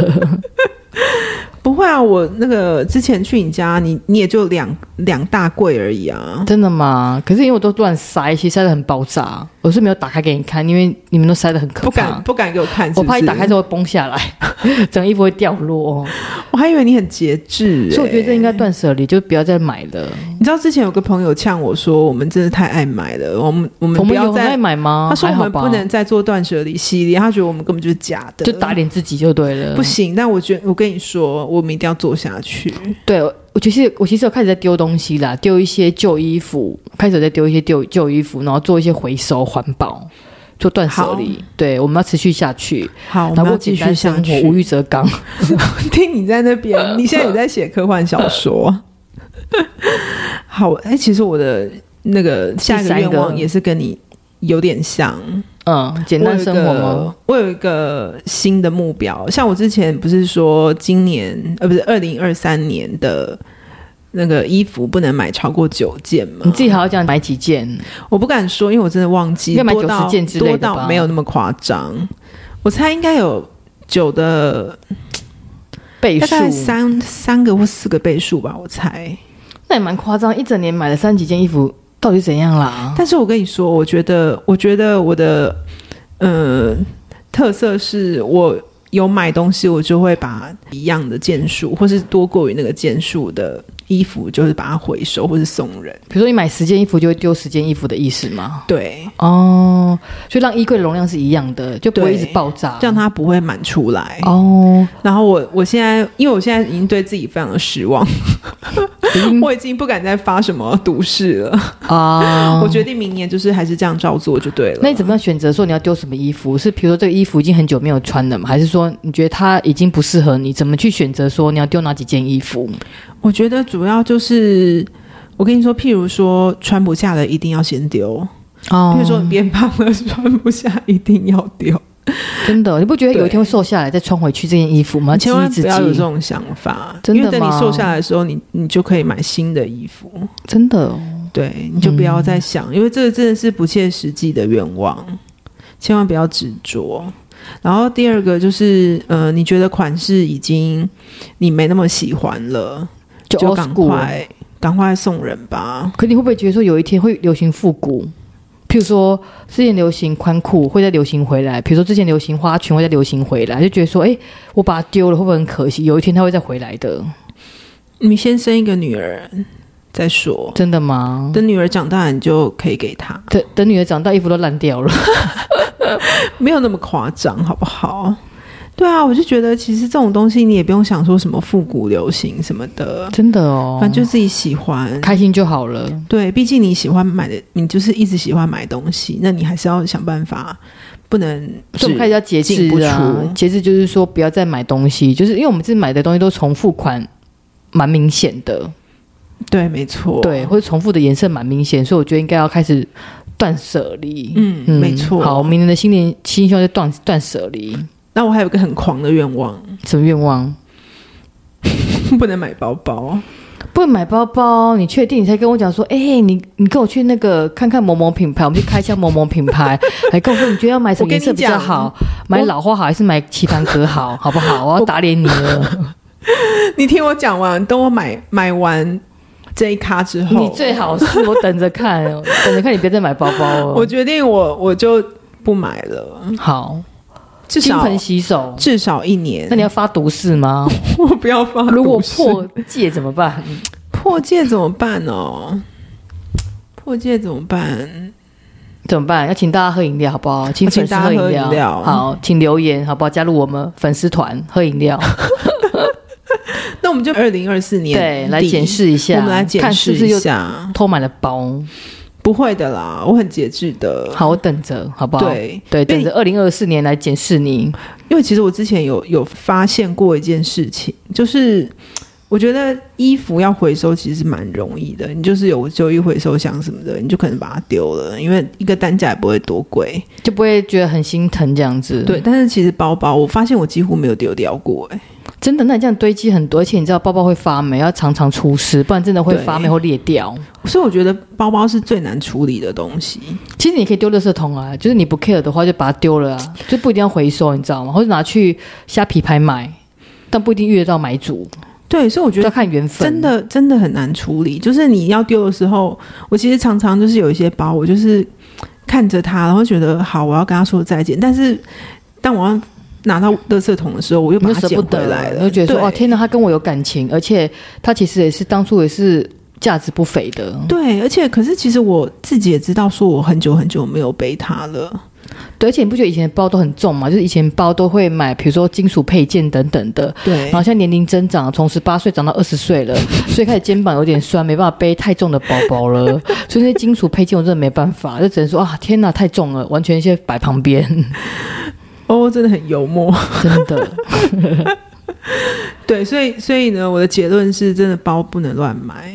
[SPEAKER 1] 不会啊，我那个之前去你家，你你也就两两大柜而已啊。
[SPEAKER 2] 真的吗？可是因为我都乱塞，其实塞的很爆炸，我是没有打开给你看，因为你们都塞的很可
[SPEAKER 1] 不敢
[SPEAKER 2] 怕。
[SPEAKER 1] 不敢给我看是不
[SPEAKER 2] 我
[SPEAKER 1] 是
[SPEAKER 2] 怕一打开之后会崩下来， 整个衣服会掉落。
[SPEAKER 1] 我还以为你很节制、欸，
[SPEAKER 2] 所以我觉得这应该断舍离，就不要再买了。
[SPEAKER 1] 你知道之前有个朋友呛我说，我们真的太爱买了，我们我们
[SPEAKER 2] 我
[SPEAKER 1] 不
[SPEAKER 2] 们
[SPEAKER 1] 要
[SPEAKER 2] 有很
[SPEAKER 1] 再
[SPEAKER 2] 爱买吗？
[SPEAKER 1] 他说我
[SPEAKER 2] 还好
[SPEAKER 1] 们
[SPEAKER 2] 吧
[SPEAKER 1] 不能再做断舍离系列，他觉得我们根本就是假的，
[SPEAKER 2] 就打脸自己就对了。
[SPEAKER 1] 不，行。但我觉得我跟你说，我们一定要做下去。
[SPEAKER 2] 对我其实我其实有开始在丢东西啦，丢一些旧衣服，开始有在丢一些旧旧衣服，然后做一些回收环保。做断舍离，对，我们要持续下去，
[SPEAKER 1] 好，我们
[SPEAKER 2] 然后
[SPEAKER 1] 要
[SPEAKER 2] 过
[SPEAKER 1] 继
[SPEAKER 2] 简
[SPEAKER 1] 续
[SPEAKER 2] 单
[SPEAKER 1] 下
[SPEAKER 2] 生活，无
[SPEAKER 1] 去。
[SPEAKER 2] 欲则刚。
[SPEAKER 1] 听你在那边，你现在也在写科幻小说。好，哎、其实我的那个下一
[SPEAKER 2] 第
[SPEAKER 1] 个
[SPEAKER 2] 三个
[SPEAKER 1] 愿望也是跟你有点像，
[SPEAKER 2] 嗯，简单生活吗？
[SPEAKER 1] 我有一个？我有一个新的目标，像我之前不是说今年呃不是二零二三年的那个衣服不能买超过九件吗？
[SPEAKER 2] 你自己还要这样买几件？
[SPEAKER 1] 我不敢说，因为我真的忘记
[SPEAKER 2] 应该买
[SPEAKER 1] 多到
[SPEAKER 2] 90件之类的吧
[SPEAKER 1] 多到没有那么夸张。我猜应该有九的
[SPEAKER 2] 倍
[SPEAKER 1] 大
[SPEAKER 2] 数？
[SPEAKER 1] 概三三个或四个倍数吧，我猜。
[SPEAKER 2] 那也蛮夸张，一整年买了三几件衣服，到底怎样啦？
[SPEAKER 1] 但是我跟你说，我觉得，我觉得我的呃特色是我有买东西，我就会把一样的件数，或是多过于那个件数的衣服，就是把它回收或是送人。
[SPEAKER 2] 比如说你买十件衣服就会丢十件衣服的意思吗？
[SPEAKER 1] 对，
[SPEAKER 2] 哦，就让衣柜的容量是一样的，就不会
[SPEAKER 1] 对
[SPEAKER 2] 一直爆炸。
[SPEAKER 1] 让它不会满出来。
[SPEAKER 2] 哦，
[SPEAKER 1] 然后我我现在，因为我现在已经对自己非常的失望， 我已经不敢再发什么毒誓了。
[SPEAKER 2] 啊，
[SPEAKER 1] 我决定明年就是还是这样照做就对了。
[SPEAKER 2] 那你怎么样选择说你要丢什么衣服？是比如说这个衣服已经很久没有穿了吗？还是说你觉得它已经不适合你？怎么去选择说你要丢哪几件衣服？
[SPEAKER 1] 我觉得主要就是，我跟你说，譬如说穿不下的一定要先丢，
[SPEAKER 2] 哦
[SPEAKER 1] 譬如说你变胖了穿不下一定要丢，
[SPEAKER 2] 真的，你不觉得
[SPEAKER 1] 对
[SPEAKER 2] 有一天会瘦下来再穿回去这件衣服吗？
[SPEAKER 1] 你千万
[SPEAKER 2] 激励
[SPEAKER 1] 不要有
[SPEAKER 2] 自
[SPEAKER 1] 这
[SPEAKER 2] 己，
[SPEAKER 1] 种想法，
[SPEAKER 2] 哦真
[SPEAKER 1] 因
[SPEAKER 2] 的
[SPEAKER 1] 为等你
[SPEAKER 2] 吗
[SPEAKER 1] 瘦下来的时候，你你就可以买新的衣服，
[SPEAKER 2] 真的哦
[SPEAKER 1] 对，你就不要再想，
[SPEAKER 2] 嗯
[SPEAKER 1] 因为这个真的是不切实际的愿望，千万不要执着。然后第二个就是，呃，你觉得款式已经你没那么喜欢了，
[SPEAKER 2] 就
[SPEAKER 1] 就
[SPEAKER 2] old
[SPEAKER 1] 赶
[SPEAKER 2] school 了。
[SPEAKER 1] 快赶快送人吧。
[SPEAKER 2] 可你会不会觉得说有一天会流行复古？譬如说，之前流行宽裤会再流行回来；，比如说之前流行花裙会再流行回来，就觉得说，哎、我把它丢了会不会很可惜？有一天它会再回来的，
[SPEAKER 1] 你先生一个女儿再说，
[SPEAKER 2] 真的吗？
[SPEAKER 1] 等女儿长大你就可以给她，
[SPEAKER 2] 等等，女儿长大衣服都烂掉了，
[SPEAKER 1] 没有那么夸张，好不好？对啊，我就觉得其实这种东西你也不用想说什么复古流行什么的，
[SPEAKER 2] 真的哦，
[SPEAKER 1] 反正就自己喜欢。
[SPEAKER 2] 开心就好了。
[SPEAKER 1] 对，毕竟你喜欢买的，你就是一直喜欢买东西，那你还是要想办法，不能
[SPEAKER 2] 所以我们开
[SPEAKER 1] 是
[SPEAKER 2] 始要节制
[SPEAKER 1] 进不
[SPEAKER 2] 啊
[SPEAKER 1] 出，
[SPEAKER 2] 节制就是说不要再买东西，就是因为我们自己买的东西都重复款蛮明显的，
[SPEAKER 1] 对，没错，
[SPEAKER 2] 对，或者重复的颜色蛮明显，所以我觉得应该要开始断舍离。
[SPEAKER 1] 嗯，没错。
[SPEAKER 2] 好，，明年的新年新希望就断断舍离。
[SPEAKER 1] 那我还有一个很狂的愿望，
[SPEAKER 2] 什么愿望？
[SPEAKER 1] 不能买包包。
[SPEAKER 2] 不能买包包，你确定？你才跟我讲说，哎、你你跟我去那个看看某某品牌，我们去开箱某某 品牌，还跟我说你觉得要买什么颜色比较好，买老花好还是买棋盘格好，好不好？我要打脸你了，
[SPEAKER 1] 你听我讲完，等我买买完这一咖之后，
[SPEAKER 2] 你最好是我等着看，哦 等着看你别再买包包哦
[SPEAKER 1] 我
[SPEAKER 2] 了。
[SPEAKER 1] 决定我我就不买了，
[SPEAKER 2] 好，
[SPEAKER 1] 至
[SPEAKER 2] 金
[SPEAKER 1] 少
[SPEAKER 2] 盆洗手。
[SPEAKER 1] 至少一年
[SPEAKER 2] 那。你要发毒誓吗？
[SPEAKER 1] 我不要发毒誓。
[SPEAKER 2] 如果破戒怎么办？
[SPEAKER 1] 破戒怎么办哦？破戒怎么办？
[SPEAKER 2] 怎么办？要请大家喝饮料，好不好？请粉丝喝
[SPEAKER 1] 请
[SPEAKER 2] 饮
[SPEAKER 1] 大家喝饮料
[SPEAKER 2] 好，请留言，好不好？加入我们粉丝团，喝饮料，
[SPEAKER 1] 那我们就二零二四年
[SPEAKER 2] 对，
[SPEAKER 1] 底
[SPEAKER 2] 来检，视一下，
[SPEAKER 1] 我们来检
[SPEAKER 2] 看是
[SPEAKER 1] 视
[SPEAKER 2] 不是
[SPEAKER 1] 一
[SPEAKER 2] 又
[SPEAKER 1] 下。
[SPEAKER 2] 偷买了包。
[SPEAKER 1] 不会的啦，我很节制的。
[SPEAKER 2] 好，我等着，好不好？
[SPEAKER 1] 对，
[SPEAKER 2] 等着二零二四年来检视你。
[SPEAKER 1] 因为其实我之前有有发现过一件事情，就是我觉得衣服要回收其实蛮容易的，你就是有旧衣回收箱什么的，你就可能把它丢了，因为一个单价也不会多贵。
[SPEAKER 2] 就不会觉得很心疼这样子，
[SPEAKER 1] 对，，但是其实包包，我发现我几乎没有丢掉过、哎，
[SPEAKER 2] 真的，那你这样堆积很多，而且你知道包包会发霉，要常常除湿，不然真的会
[SPEAKER 1] 对
[SPEAKER 2] 发霉或裂掉。
[SPEAKER 1] 所以我觉得包包是最难处理的东西。
[SPEAKER 2] 其实你可以丢垃圾桶啊，就是你不 care 的话，就把它丢了啊，就不一定要回收，你知道吗？或者拿去虾皮拍卖，但不一定遇得到买主，
[SPEAKER 1] 对，所以我觉
[SPEAKER 2] 就要
[SPEAKER 1] 得
[SPEAKER 2] 看缘分。
[SPEAKER 1] 真，的真的很难处理。就是你要丢的时候，我其实常常就是有一些包，我就是看着它，然后觉得好，我要跟他说再见。但是当我要拿到垃圾桶的时候，我又
[SPEAKER 2] 你
[SPEAKER 1] 把
[SPEAKER 2] 就
[SPEAKER 1] 它
[SPEAKER 2] 舍
[SPEAKER 1] 捡
[SPEAKER 2] 不
[SPEAKER 1] 回
[SPEAKER 2] 得
[SPEAKER 1] 来
[SPEAKER 2] 了，
[SPEAKER 1] 了，
[SPEAKER 2] 你就觉得说
[SPEAKER 1] 对
[SPEAKER 2] 哦，天哪，他跟我有感情，而且他其实也是当初也是价值不菲的。
[SPEAKER 1] 对，而且可是其实我自己也知道，说我很久很久没有背它了。
[SPEAKER 2] 对，而且你不觉得以前的包都很重嘛？就是以前包都会买，比如说金属配件等等的。
[SPEAKER 1] 对
[SPEAKER 2] 然后现在年龄增长，从十八岁长到二十岁了， 所以开始肩膀有点酸，没办法背太重的包包 了。所以那些金属配件我真的没办法，就只能说啊，天哪，太重了，完全现在摆旁边，
[SPEAKER 1] 哦，真的很幽默。
[SPEAKER 2] 真的。
[SPEAKER 1] 对，所以所以呢，我的结论是真的包不能乱买。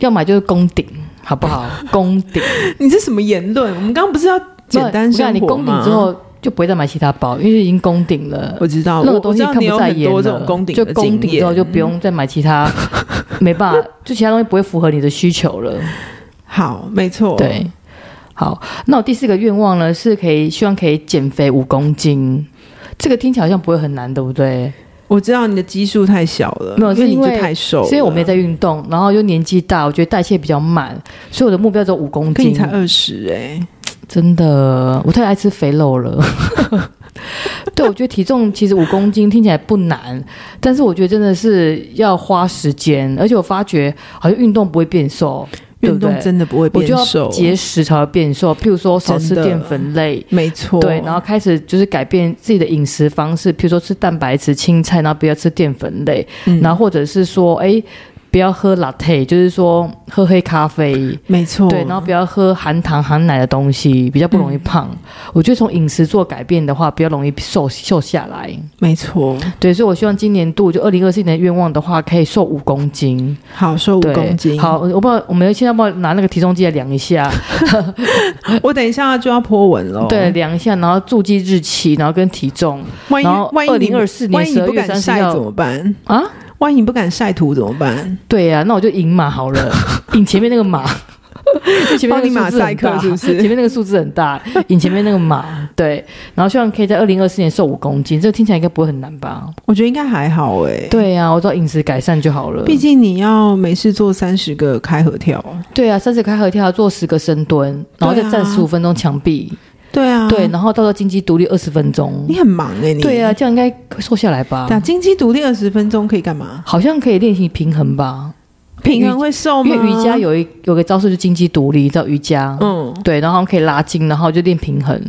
[SPEAKER 2] 要买就是攻顶，好不好？攻顶，
[SPEAKER 1] 你这什么言论？我们刚刚不是要简单
[SPEAKER 2] 不
[SPEAKER 1] 生活
[SPEAKER 2] 然
[SPEAKER 1] 吗？
[SPEAKER 2] 你攻顶之后就不会再买其他包，因为已经攻顶了。
[SPEAKER 1] 我知道，我
[SPEAKER 2] 那个
[SPEAKER 1] 我
[SPEAKER 2] 东西
[SPEAKER 1] 知道
[SPEAKER 2] 看
[SPEAKER 1] 你
[SPEAKER 2] 不
[SPEAKER 1] 有
[SPEAKER 2] 在
[SPEAKER 1] 很
[SPEAKER 2] 眼
[SPEAKER 1] 多
[SPEAKER 2] 了，
[SPEAKER 1] 这种攻顶
[SPEAKER 2] 就
[SPEAKER 1] 的
[SPEAKER 2] 攻
[SPEAKER 1] 经
[SPEAKER 2] 顶之后
[SPEAKER 1] 验。
[SPEAKER 2] 就不用再买其他，没办法，就其他东西不会符合你的需求了。
[SPEAKER 1] 好，没错，，
[SPEAKER 2] 对，好，那我第四个愿望呢，是可以希望可以减肥五公斤。这个听起来好像不会很难，对不对？
[SPEAKER 1] 我知道你的基数太小了，
[SPEAKER 2] 没有是
[SPEAKER 1] 因
[SPEAKER 2] 因
[SPEAKER 1] 为
[SPEAKER 2] 为
[SPEAKER 1] 你就太瘦了，
[SPEAKER 2] 所以我没在运动，然后又年纪大，我觉得代谢比较慢，所以我的目标只有五公
[SPEAKER 1] 可你
[SPEAKER 2] 斤。
[SPEAKER 1] 才二十哎，
[SPEAKER 2] 真的，我太爱吃肥肉了。 对，我觉得体重其实五公斤听起来不难，但是我觉得真的是要花时间，而且我发觉好像运动不会变瘦，对不
[SPEAKER 1] 运
[SPEAKER 2] 对
[SPEAKER 1] 动真的不会
[SPEAKER 2] 我
[SPEAKER 1] 变
[SPEAKER 2] 就要
[SPEAKER 1] 瘦，
[SPEAKER 2] 节食才会变瘦，譬如说少吃
[SPEAKER 1] 真的
[SPEAKER 2] 淀粉类。
[SPEAKER 1] 没错，
[SPEAKER 2] 对，然后开始就是改变自己的饮食方式，譬如说吃蛋白质、青菜，然后不要吃淀粉类，
[SPEAKER 1] 嗯
[SPEAKER 2] 然后或者是说，哎，不要喝 latte，就是说喝黑咖啡，
[SPEAKER 1] 没错，
[SPEAKER 2] 对，然后不要喝含糖含奶的东西，比较不容易胖。
[SPEAKER 1] 嗯
[SPEAKER 2] 我觉得从饮食做改变的话，比较容易瘦瘦下来。
[SPEAKER 1] 没错，
[SPEAKER 2] 对，所以我希望今年度就二零二四年的愿望的话，可以瘦五公斤，
[SPEAKER 1] 好瘦五
[SPEAKER 2] 对
[SPEAKER 1] 公斤，
[SPEAKER 2] 好，，我不知道我们现在要不要拿那个体重计来量一下？
[SPEAKER 1] 我等一下就要破文了，
[SPEAKER 2] 对，，量一下，然后注记日期，然后跟体重
[SPEAKER 1] 万一
[SPEAKER 2] 然后
[SPEAKER 1] 万一你
[SPEAKER 2] 2024年
[SPEAKER 1] 万一你不
[SPEAKER 2] 12月
[SPEAKER 1] 敢
[SPEAKER 2] 30
[SPEAKER 1] 晒
[SPEAKER 2] 要
[SPEAKER 1] 怎么办？
[SPEAKER 2] 啊。
[SPEAKER 1] 万一你不敢晒图怎么办？
[SPEAKER 2] 对呀、那我就赢马好了， 赢前面那个马。 前面那个数字啊很
[SPEAKER 1] 帮你马赛克
[SPEAKER 2] 大，
[SPEAKER 1] 是不是
[SPEAKER 2] 前面那个数字很 大，赢前面那个马， 对。然后希望可以在二零二四年瘦五公斤，这听起来应该不会很难吧？
[SPEAKER 1] 我觉得应该还好哎，，
[SPEAKER 2] 对啊呀、我知道饮食改善就好了。
[SPEAKER 1] 毕竟你要没事做三十个开合跳，
[SPEAKER 2] 对啊，三十开合跳，做十个深蹲，然后再
[SPEAKER 1] 对啊
[SPEAKER 2] 站十五分钟墙壁，
[SPEAKER 1] 对啊，
[SPEAKER 2] 对，然后到时候金鸡独立二十分钟
[SPEAKER 1] 你，很忙哎，你
[SPEAKER 2] 对啊，，这样应该会瘦下来吧？
[SPEAKER 1] 打金鸡独立二十分钟可以干嘛？
[SPEAKER 2] 好像可以练习平衡吧，
[SPEAKER 1] 平衡会瘦
[SPEAKER 2] 因
[SPEAKER 1] 吗？
[SPEAKER 2] 为瑜伽有一有个招式就是金鸡独立，叫瑜伽，
[SPEAKER 1] 嗯，
[SPEAKER 2] 对，然后好像可以拉筋，然后就练平衡。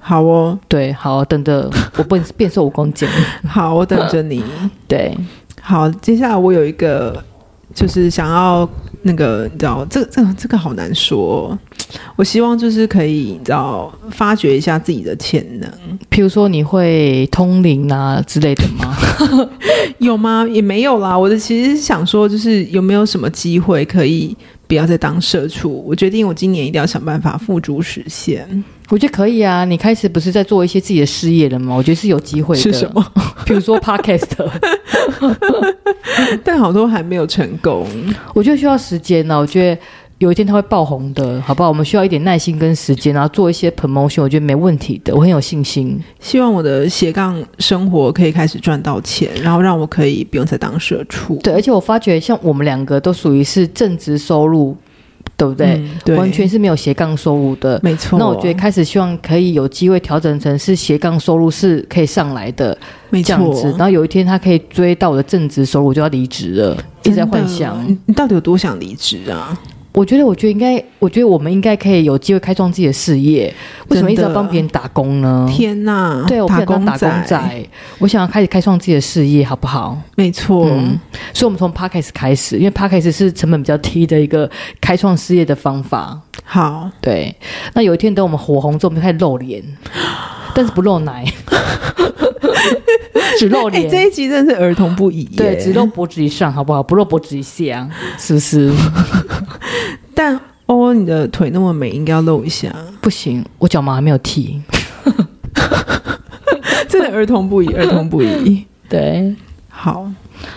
[SPEAKER 1] 好哦，
[SPEAKER 2] 对，好，等着我变变瘦五公斤。
[SPEAKER 1] 好，我等着你。
[SPEAKER 2] 对，
[SPEAKER 1] 好，接下来我有一个，就是想要那个，你知道，这这这个好难说、哦。我希望就是可以，你知道，发掘一下自己的潜能，
[SPEAKER 2] 譬如说你会通灵啊之类的吗？
[SPEAKER 1] 有吗？也没有啦。我的其实是想说，就是有没有什么机会可以不要再当社畜？我决定，我今年一定要想办法付诸实现。
[SPEAKER 2] 我觉得可以啊，你开始不是在做一些自己的事业了吗？我觉得是有机会的。
[SPEAKER 1] 是什？么？
[SPEAKER 2] 譬如说 podcast，
[SPEAKER 1] 但好多还没有成功。
[SPEAKER 2] 我觉得需要时间啊呢、我觉得。有一天它会爆红的，好不好？我们需要一点耐心跟时间，然后做一些 promotion，我觉得没问题的，我很有信心。
[SPEAKER 1] 希望我的斜杠生活可以开始赚到钱，然后让我可以不用再当社畜。
[SPEAKER 2] 对，而且我发觉像我们两个都属于是正职收入，对不对？
[SPEAKER 1] 嗯对，
[SPEAKER 2] 完全是没有斜杠收入的。
[SPEAKER 1] 没错。
[SPEAKER 2] 那我觉得开始希望可以有机会调整成是斜杠收入是可以上来的
[SPEAKER 1] 没
[SPEAKER 2] 这
[SPEAKER 1] 错啊
[SPEAKER 2] 样子，然后有一天他可以追到我的正职收入，我就要离职了，一直在
[SPEAKER 1] 真的
[SPEAKER 2] 幻想。
[SPEAKER 1] 你你到底有多想离职啊？
[SPEAKER 2] 我觉得，我觉得应该，我觉得我们应该可以有机会开创自己的事业。为什么一直要帮别人打工呢？
[SPEAKER 1] 天呐，
[SPEAKER 2] 嗯对，我不
[SPEAKER 1] 打
[SPEAKER 2] 想当
[SPEAKER 1] 工
[SPEAKER 2] 打工仔，我想要开始开创自己的事业，好不好？
[SPEAKER 1] 没错。
[SPEAKER 2] 嗯，所以我们从 podcast 开始，因为 podcast 是成本比较低的一个开创事业的方法。
[SPEAKER 1] 好，
[SPEAKER 2] 对，那有一天等我们火红之后，我们就开始露脸，但是不露奶，只露
[SPEAKER 1] 哎、
[SPEAKER 2] 脸。
[SPEAKER 1] 这一集真的是儿童不宜耶。
[SPEAKER 2] 对，只露脖子以上，好不好？不露脖子以下，是不是？
[SPEAKER 1] 但哦，你的腿那么美，应该要露一 下。
[SPEAKER 2] 不行，我脚毛还没有剃。
[SPEAKER 1] 真的儿童不宜，儿童不宜。
[SPEAKER 2] 对，
[SPEAKER 1] 好，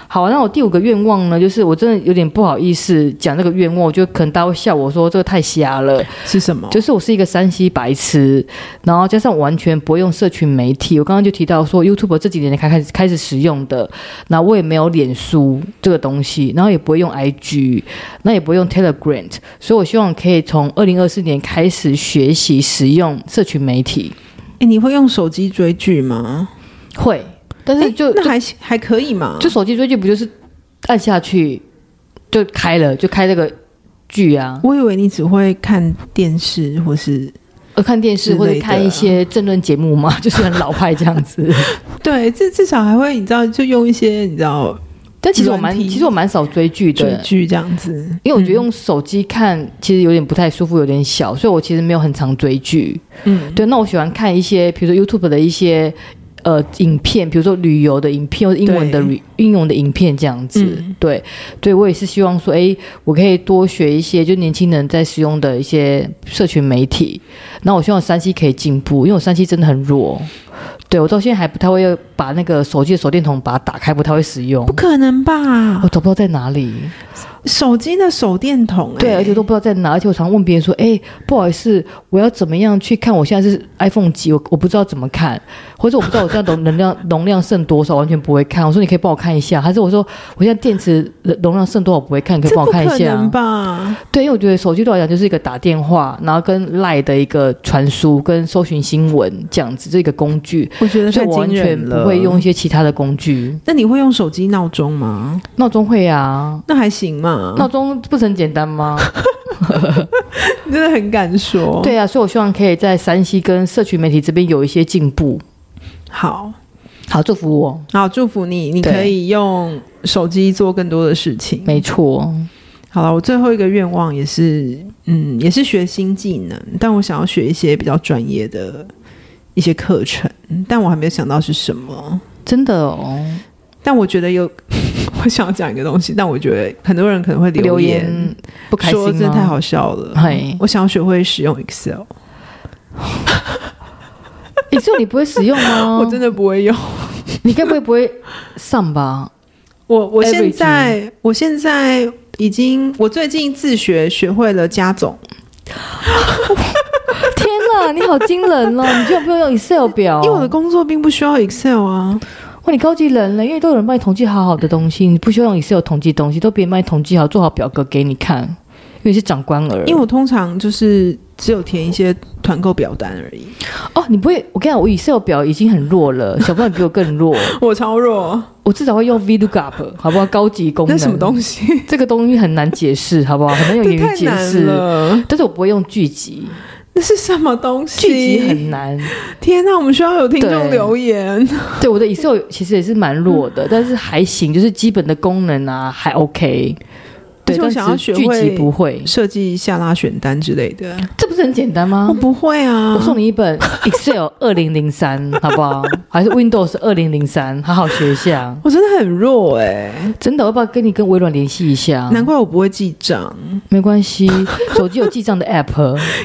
[SPEAKER 2] 好，啊那我第五个愿望呢，就是我真的有点不好意思讲这个愿望，我觉得可能大家会笑我说这个太瞎了，
[SPEAKER 1] 是什么？
[SPEAKER 2] 就是我是一个山西白痴，然后加上我完全不会用社群媒体，我刚刚就提到说 YouTube 这几年才开始开始使用的，那我也没有脸书这个东西，然后也不会用 IG，那也不会用 Telegram，所以我希望可以从二零二四年开始学习使用社群媒体，
[SPEAKER 1] 哎、你会用手机追剧吗？
[SPEAKER 2] 会，但是
[SPEAKER 1] 哎
[SPEAKER 2] 就、
[SPEAKER 1] 那还还可以嘛？
[SPEAKER 2] 就手机追剧不就是按下去就开了，就开这个剧啊？
[SPEAKER 1] 我以为你只会看电视或是
[SPEAKER 2] 呃，看电视
[SPEAKER 1] 之
[SPEAKER 2] 或者
[SPEAKER 1] 类的
[SPEAKER 2] 看一些政论节目嘛， 就是很老派这样子。
[SPEAKER 1] 对，至至少还会你知道，就用一些你知道
[SPEAKER 2] 但其实我蛮，
[SPEAKER 1] 软体
[SPEAKER 2] 其实我蛮少追剧
[SPEAKER 1] 追
[SPEAKER 2] 的，
[SPEAKER 1] 剧这嗯样子。
[SPEAKER 2] 因为我觉得用手机看其实有点不太舒服，有点小，所以我其实没有很常追剧。
[SPEAKER 1] 嗯，
[SPEAKER 2] 对，那我喜欢看一些，比如说 YouTube 的一些。呃，影片，比如说旅游的影片或者英文的
[SPEAKER 1] 对
[SPEAKER 2] 旅英文的影片这样子，
[SPEAKER 1] 嗯
[SPEAKER 2] 对，对我也是希望说，哎，我可以多学一些就年轻人在使用的一些社群媒体。那我希望山西可以进步，因为我山西真的很弱，对我到现在还不太会把那个手机的手电筒把它打开，不太会使用
[SPEAKER 1] 不，可能吧
[SPEAKER 2] 我？找不到在哪里。
[SPEAKER 1] 手机的手电筒、哎
[SPEAKER 2] 对，而且都不知道在哪，而且我常问别人说：“哎、不好意思，我要怎么样去看？我现在是 iPhone 几，我我不知道怎么看，或者我不知道我这样容能量 容量剩多少，完全不会看。”我说：“你可以帮我看一下。”还是我说：“我现在电池容量剩多少，不会看，你可以
[SPEAKER 1] 这
[SPEAKER 2] 帮
[SPEAKER 1] 不
[SPEAKER 2] 我看一
[SPEAKER 1] 可能
[SPEAKER 2] 下。
[SPEAKER 1] 吧？”
[SPEAKER 2] 对，因为我觉得手机对我来讲就是一个打电话，然后跟赖的一个传输跟搜寻新闻这样子，这个工具，
[SPEAKER 1] 我觉得
[SPEAKER 2] 所
[SPEAKER 1] 太
[SPEAKER 2] 以我完
[SPEAKER 1] 惊
[SPEAKER 2] 全
[SPEAKER 1] 人了。
[SPEAKER 2] 不会用一，些其他的工具。
[SPEAKER 1] 那你会用手机闹钟吗？
[SPEAKER 2] 闹钟会啊，
[SPEAKER 1] 那还行嘛。
[SPEAKER 2] 闹钟不是很简单吗？
[SPEAKER 1] 你 真的很敢说。，
[SPEAKER 2] 对啊，所以我希望可以在山西跟社群媒体这边有一些进步。
[SPEAKER 1] 好
[SPEAKER 2] 好，祝福我，
[SPEAKER 1] 好祝福你，你
[SPEAKER 2] 对
[SPEAKER 1] 可以用手机做更多的事情。
[SPEAKER 2] 没错，
[SPEAKER 1] 好了，我最后一个愿望也是，嗯，也是学新技能，但我想要学一些比较专业的一些课程，但我还没有想到是什么。
[SPEAKER 2] 真的哦。
[SPEAKER 1] 但我觉得有， 我想要讲一个东西，但我觉得很多人可能会
[SPEAKER 2] 留
[SPEAKER 1] 言
[SPEAKER 2] 言不开
[SPEAKER 1] 说
[SPEAKER 2] 心
[SPEAKER 1] 真的太
[SPEAKER 2] 吗？
[SPEAKER 1] 好笑了
[SPEAKER 2] 嘿。
[SPEAKER 1] 我想要学会使用 Excel，、
[SPEAKER 2] 你只有你不会使用 吗？
[SPEAKER 1] 我真的不会用。
[SPEAKER 2] 你该不会不会上吧？
[SPEAKER 1] 我我现在我现在已经我最近自学学会了加总，
[SPEAKER 2] 天哪，你好惊人哦！你居然不用用 Excel 表，
[SPEAKER 1] 因为我的工作并不需要 Excel 啊。
[SPEAKER 2] 哇，你高级人了，因为都有人帮你统计好好的东西，你不需要用 Excel 统计东西，都别人帮你统计好，做好表格给你看，因为你是长官儿。
[SPEAKER 1] 因为我通常就是只有填一些团购表单而已，
[SPEAKER 2] 哦，你不会，我跟你讲，我 Excel 表已经很弱了，小朋友比我更弱。
[SPEAKER 1] 我超弱，
[SPEAKER 2] 我至 少会用 VLOOKUP，好不好？高级功能。
[SPEAKER 1] 那什么东西？
[SPEAKER 2] 这个东西很难解释，好不好？很难用
[SPEAKER 1] 这
[SPEAKER 2] 言语
[SPEAKER 1] 太
[SPEAKER 2] 解
[SPEAKER 1] 难
[SPEAKER 2] 释。
[SPEAKER 1] 了，
[SPEAKER 2] 但是我不会用聚集，
[SPEAKER 1] 那这是什么东西？
[SPEAKER 2] 剧集很难。
[SPEAKER 1] 天哪，我们需要有听众
[SPEAKER 2] 对
[SPEAKER 1] 留言。
[SPEAKER 2] 对我的 Excel 其实也是蛮弱
[SPEAKER 1] 嗯
[SPEAKER 2] 的，但是还行，就是基本的功能啊还 OK。
[SPEAKER 1] 而
[SPEAKER 2] 对，
[SPEAKER 1] 且我
[SPEAKER 2] 但
[SPEAKER 1] 想要
[SPEAKER 2] 是
[SPEAKER 1] 学
[SPEAKER 2] 剧集
[SPEAKER 1] 会
[SPEAKER 2] 不会，
[SPEAKER 1] 设计下拉选单之类的，
[SPEAKER 2] 这不是很简单吗？
[SPEAKER 1] 我不会啊。
[SPEAKER 2] 嗯我送你 一本 Excel 二零零三，好不好？还是 Windows 二零零三，好好学一下。
[SPEAKER 1] 我真的很弱哎、
[SPEAKER 2] 真的，我要不要跟你跟微软联系一下？
[SPEAKER 1] 难怪我不会记账，
[SPEAKER 2] 没关系，手机有记账的 App，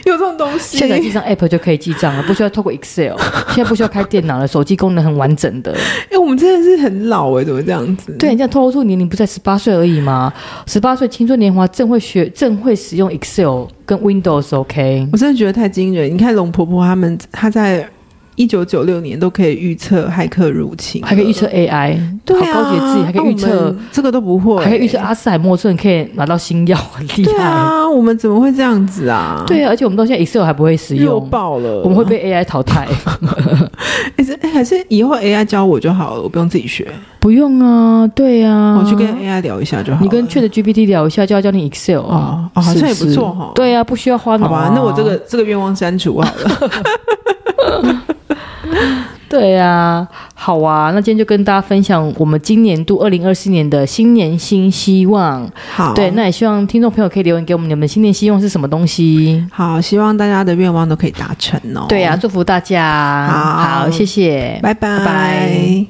[SPEAKER 1] 有这种东西
[SPEAKER 2] 下。载记账 App 就可以记账了，不需要透过 Excel。现在不需要开电脑了，手机功能很完整的。
[SPEAKER 1] 哎、我们真的是很老哎、怎么这样子？
[SPEAKER 2] 对，你这样透露出年龄不在十八岁而已吗？十八岁青春年华正会学，正会使用 Excel 跟 Windows。OK，
[SPEAKER 1] 我真的觉得太惊人。你看龙婆婆他们，她在一九九六年都可以预测骇客入侵，
[SPEAKER 2] 还可以预测，AI，
[SPEAKER 1] 对
[SPEAKER 2] 好
[SPEAKER 1] 啊，
[SPEAKER 2] 高级的自己，还可以预
[SPEAKER 1] 那我
[SPEAKER 2] 测。
[SPEAKER 1] 们这个都不会，
[SPEAKER 2] 还可以预测阿斯海默症可以拿到新药，很厉
[SPEAKER 1] 对
[SPEAKER 2] 害。
[SPEAKER 1] 啊，我们怎么会这样子啊？
[SPEAKER 2] 对啊，而且我们到现在 Excel 还不会使
[SPEAKER 1] 弱
[SPEAKER 2] 用，
[SPEAKER 1] 爆了，
[SPEAKER 2] 我们会被 AI 淘汰。
[SPEAKER 1] 哎、这哎还是以后 AI 教我就好了，我不用自己学，
[SPEAKER 2] 不用啊，对啊，
[SPEAKER 1] 我去跟 AI 聊一下就好了。
[SPEAKER 2] 你跟 Chat GPT 聊一下，就要教你 Excel 啊
[SPEAKER 1] 哦，哦好像
[SPEAKER 2] 是
[SPEAKER 1] 也
[SPEAKER 2] 是
[SPEAKER 1] 不错哈
[SPEAKER 2] 对啊，不需要花脑、
[SPEAKER 1] 好
[SPEAKER 2] 啊。
[SPEAKER 1] 吧，那我这个这个愿望删除好了。
[SPEAKER 2] 对啊，好啊，那今天就跟大家分享我们今年度二零二四年的新年新希望。
[SPEAKER 1] 好，
[SPEAKER 2] 对，那也希望听众朋友可以留言给我们你们的新年希望是什么东西。
[SPEAKER 1] 好，希望大家的愿望都可以达成哦。
[SPEAKER 2] 对啊，，祝福大家。
[SPEAKER 1] 好
[SPEAKER 2] 谢谢，
[SPEAKER 1] 拜拜。
[SPEAKER 2] 拜拜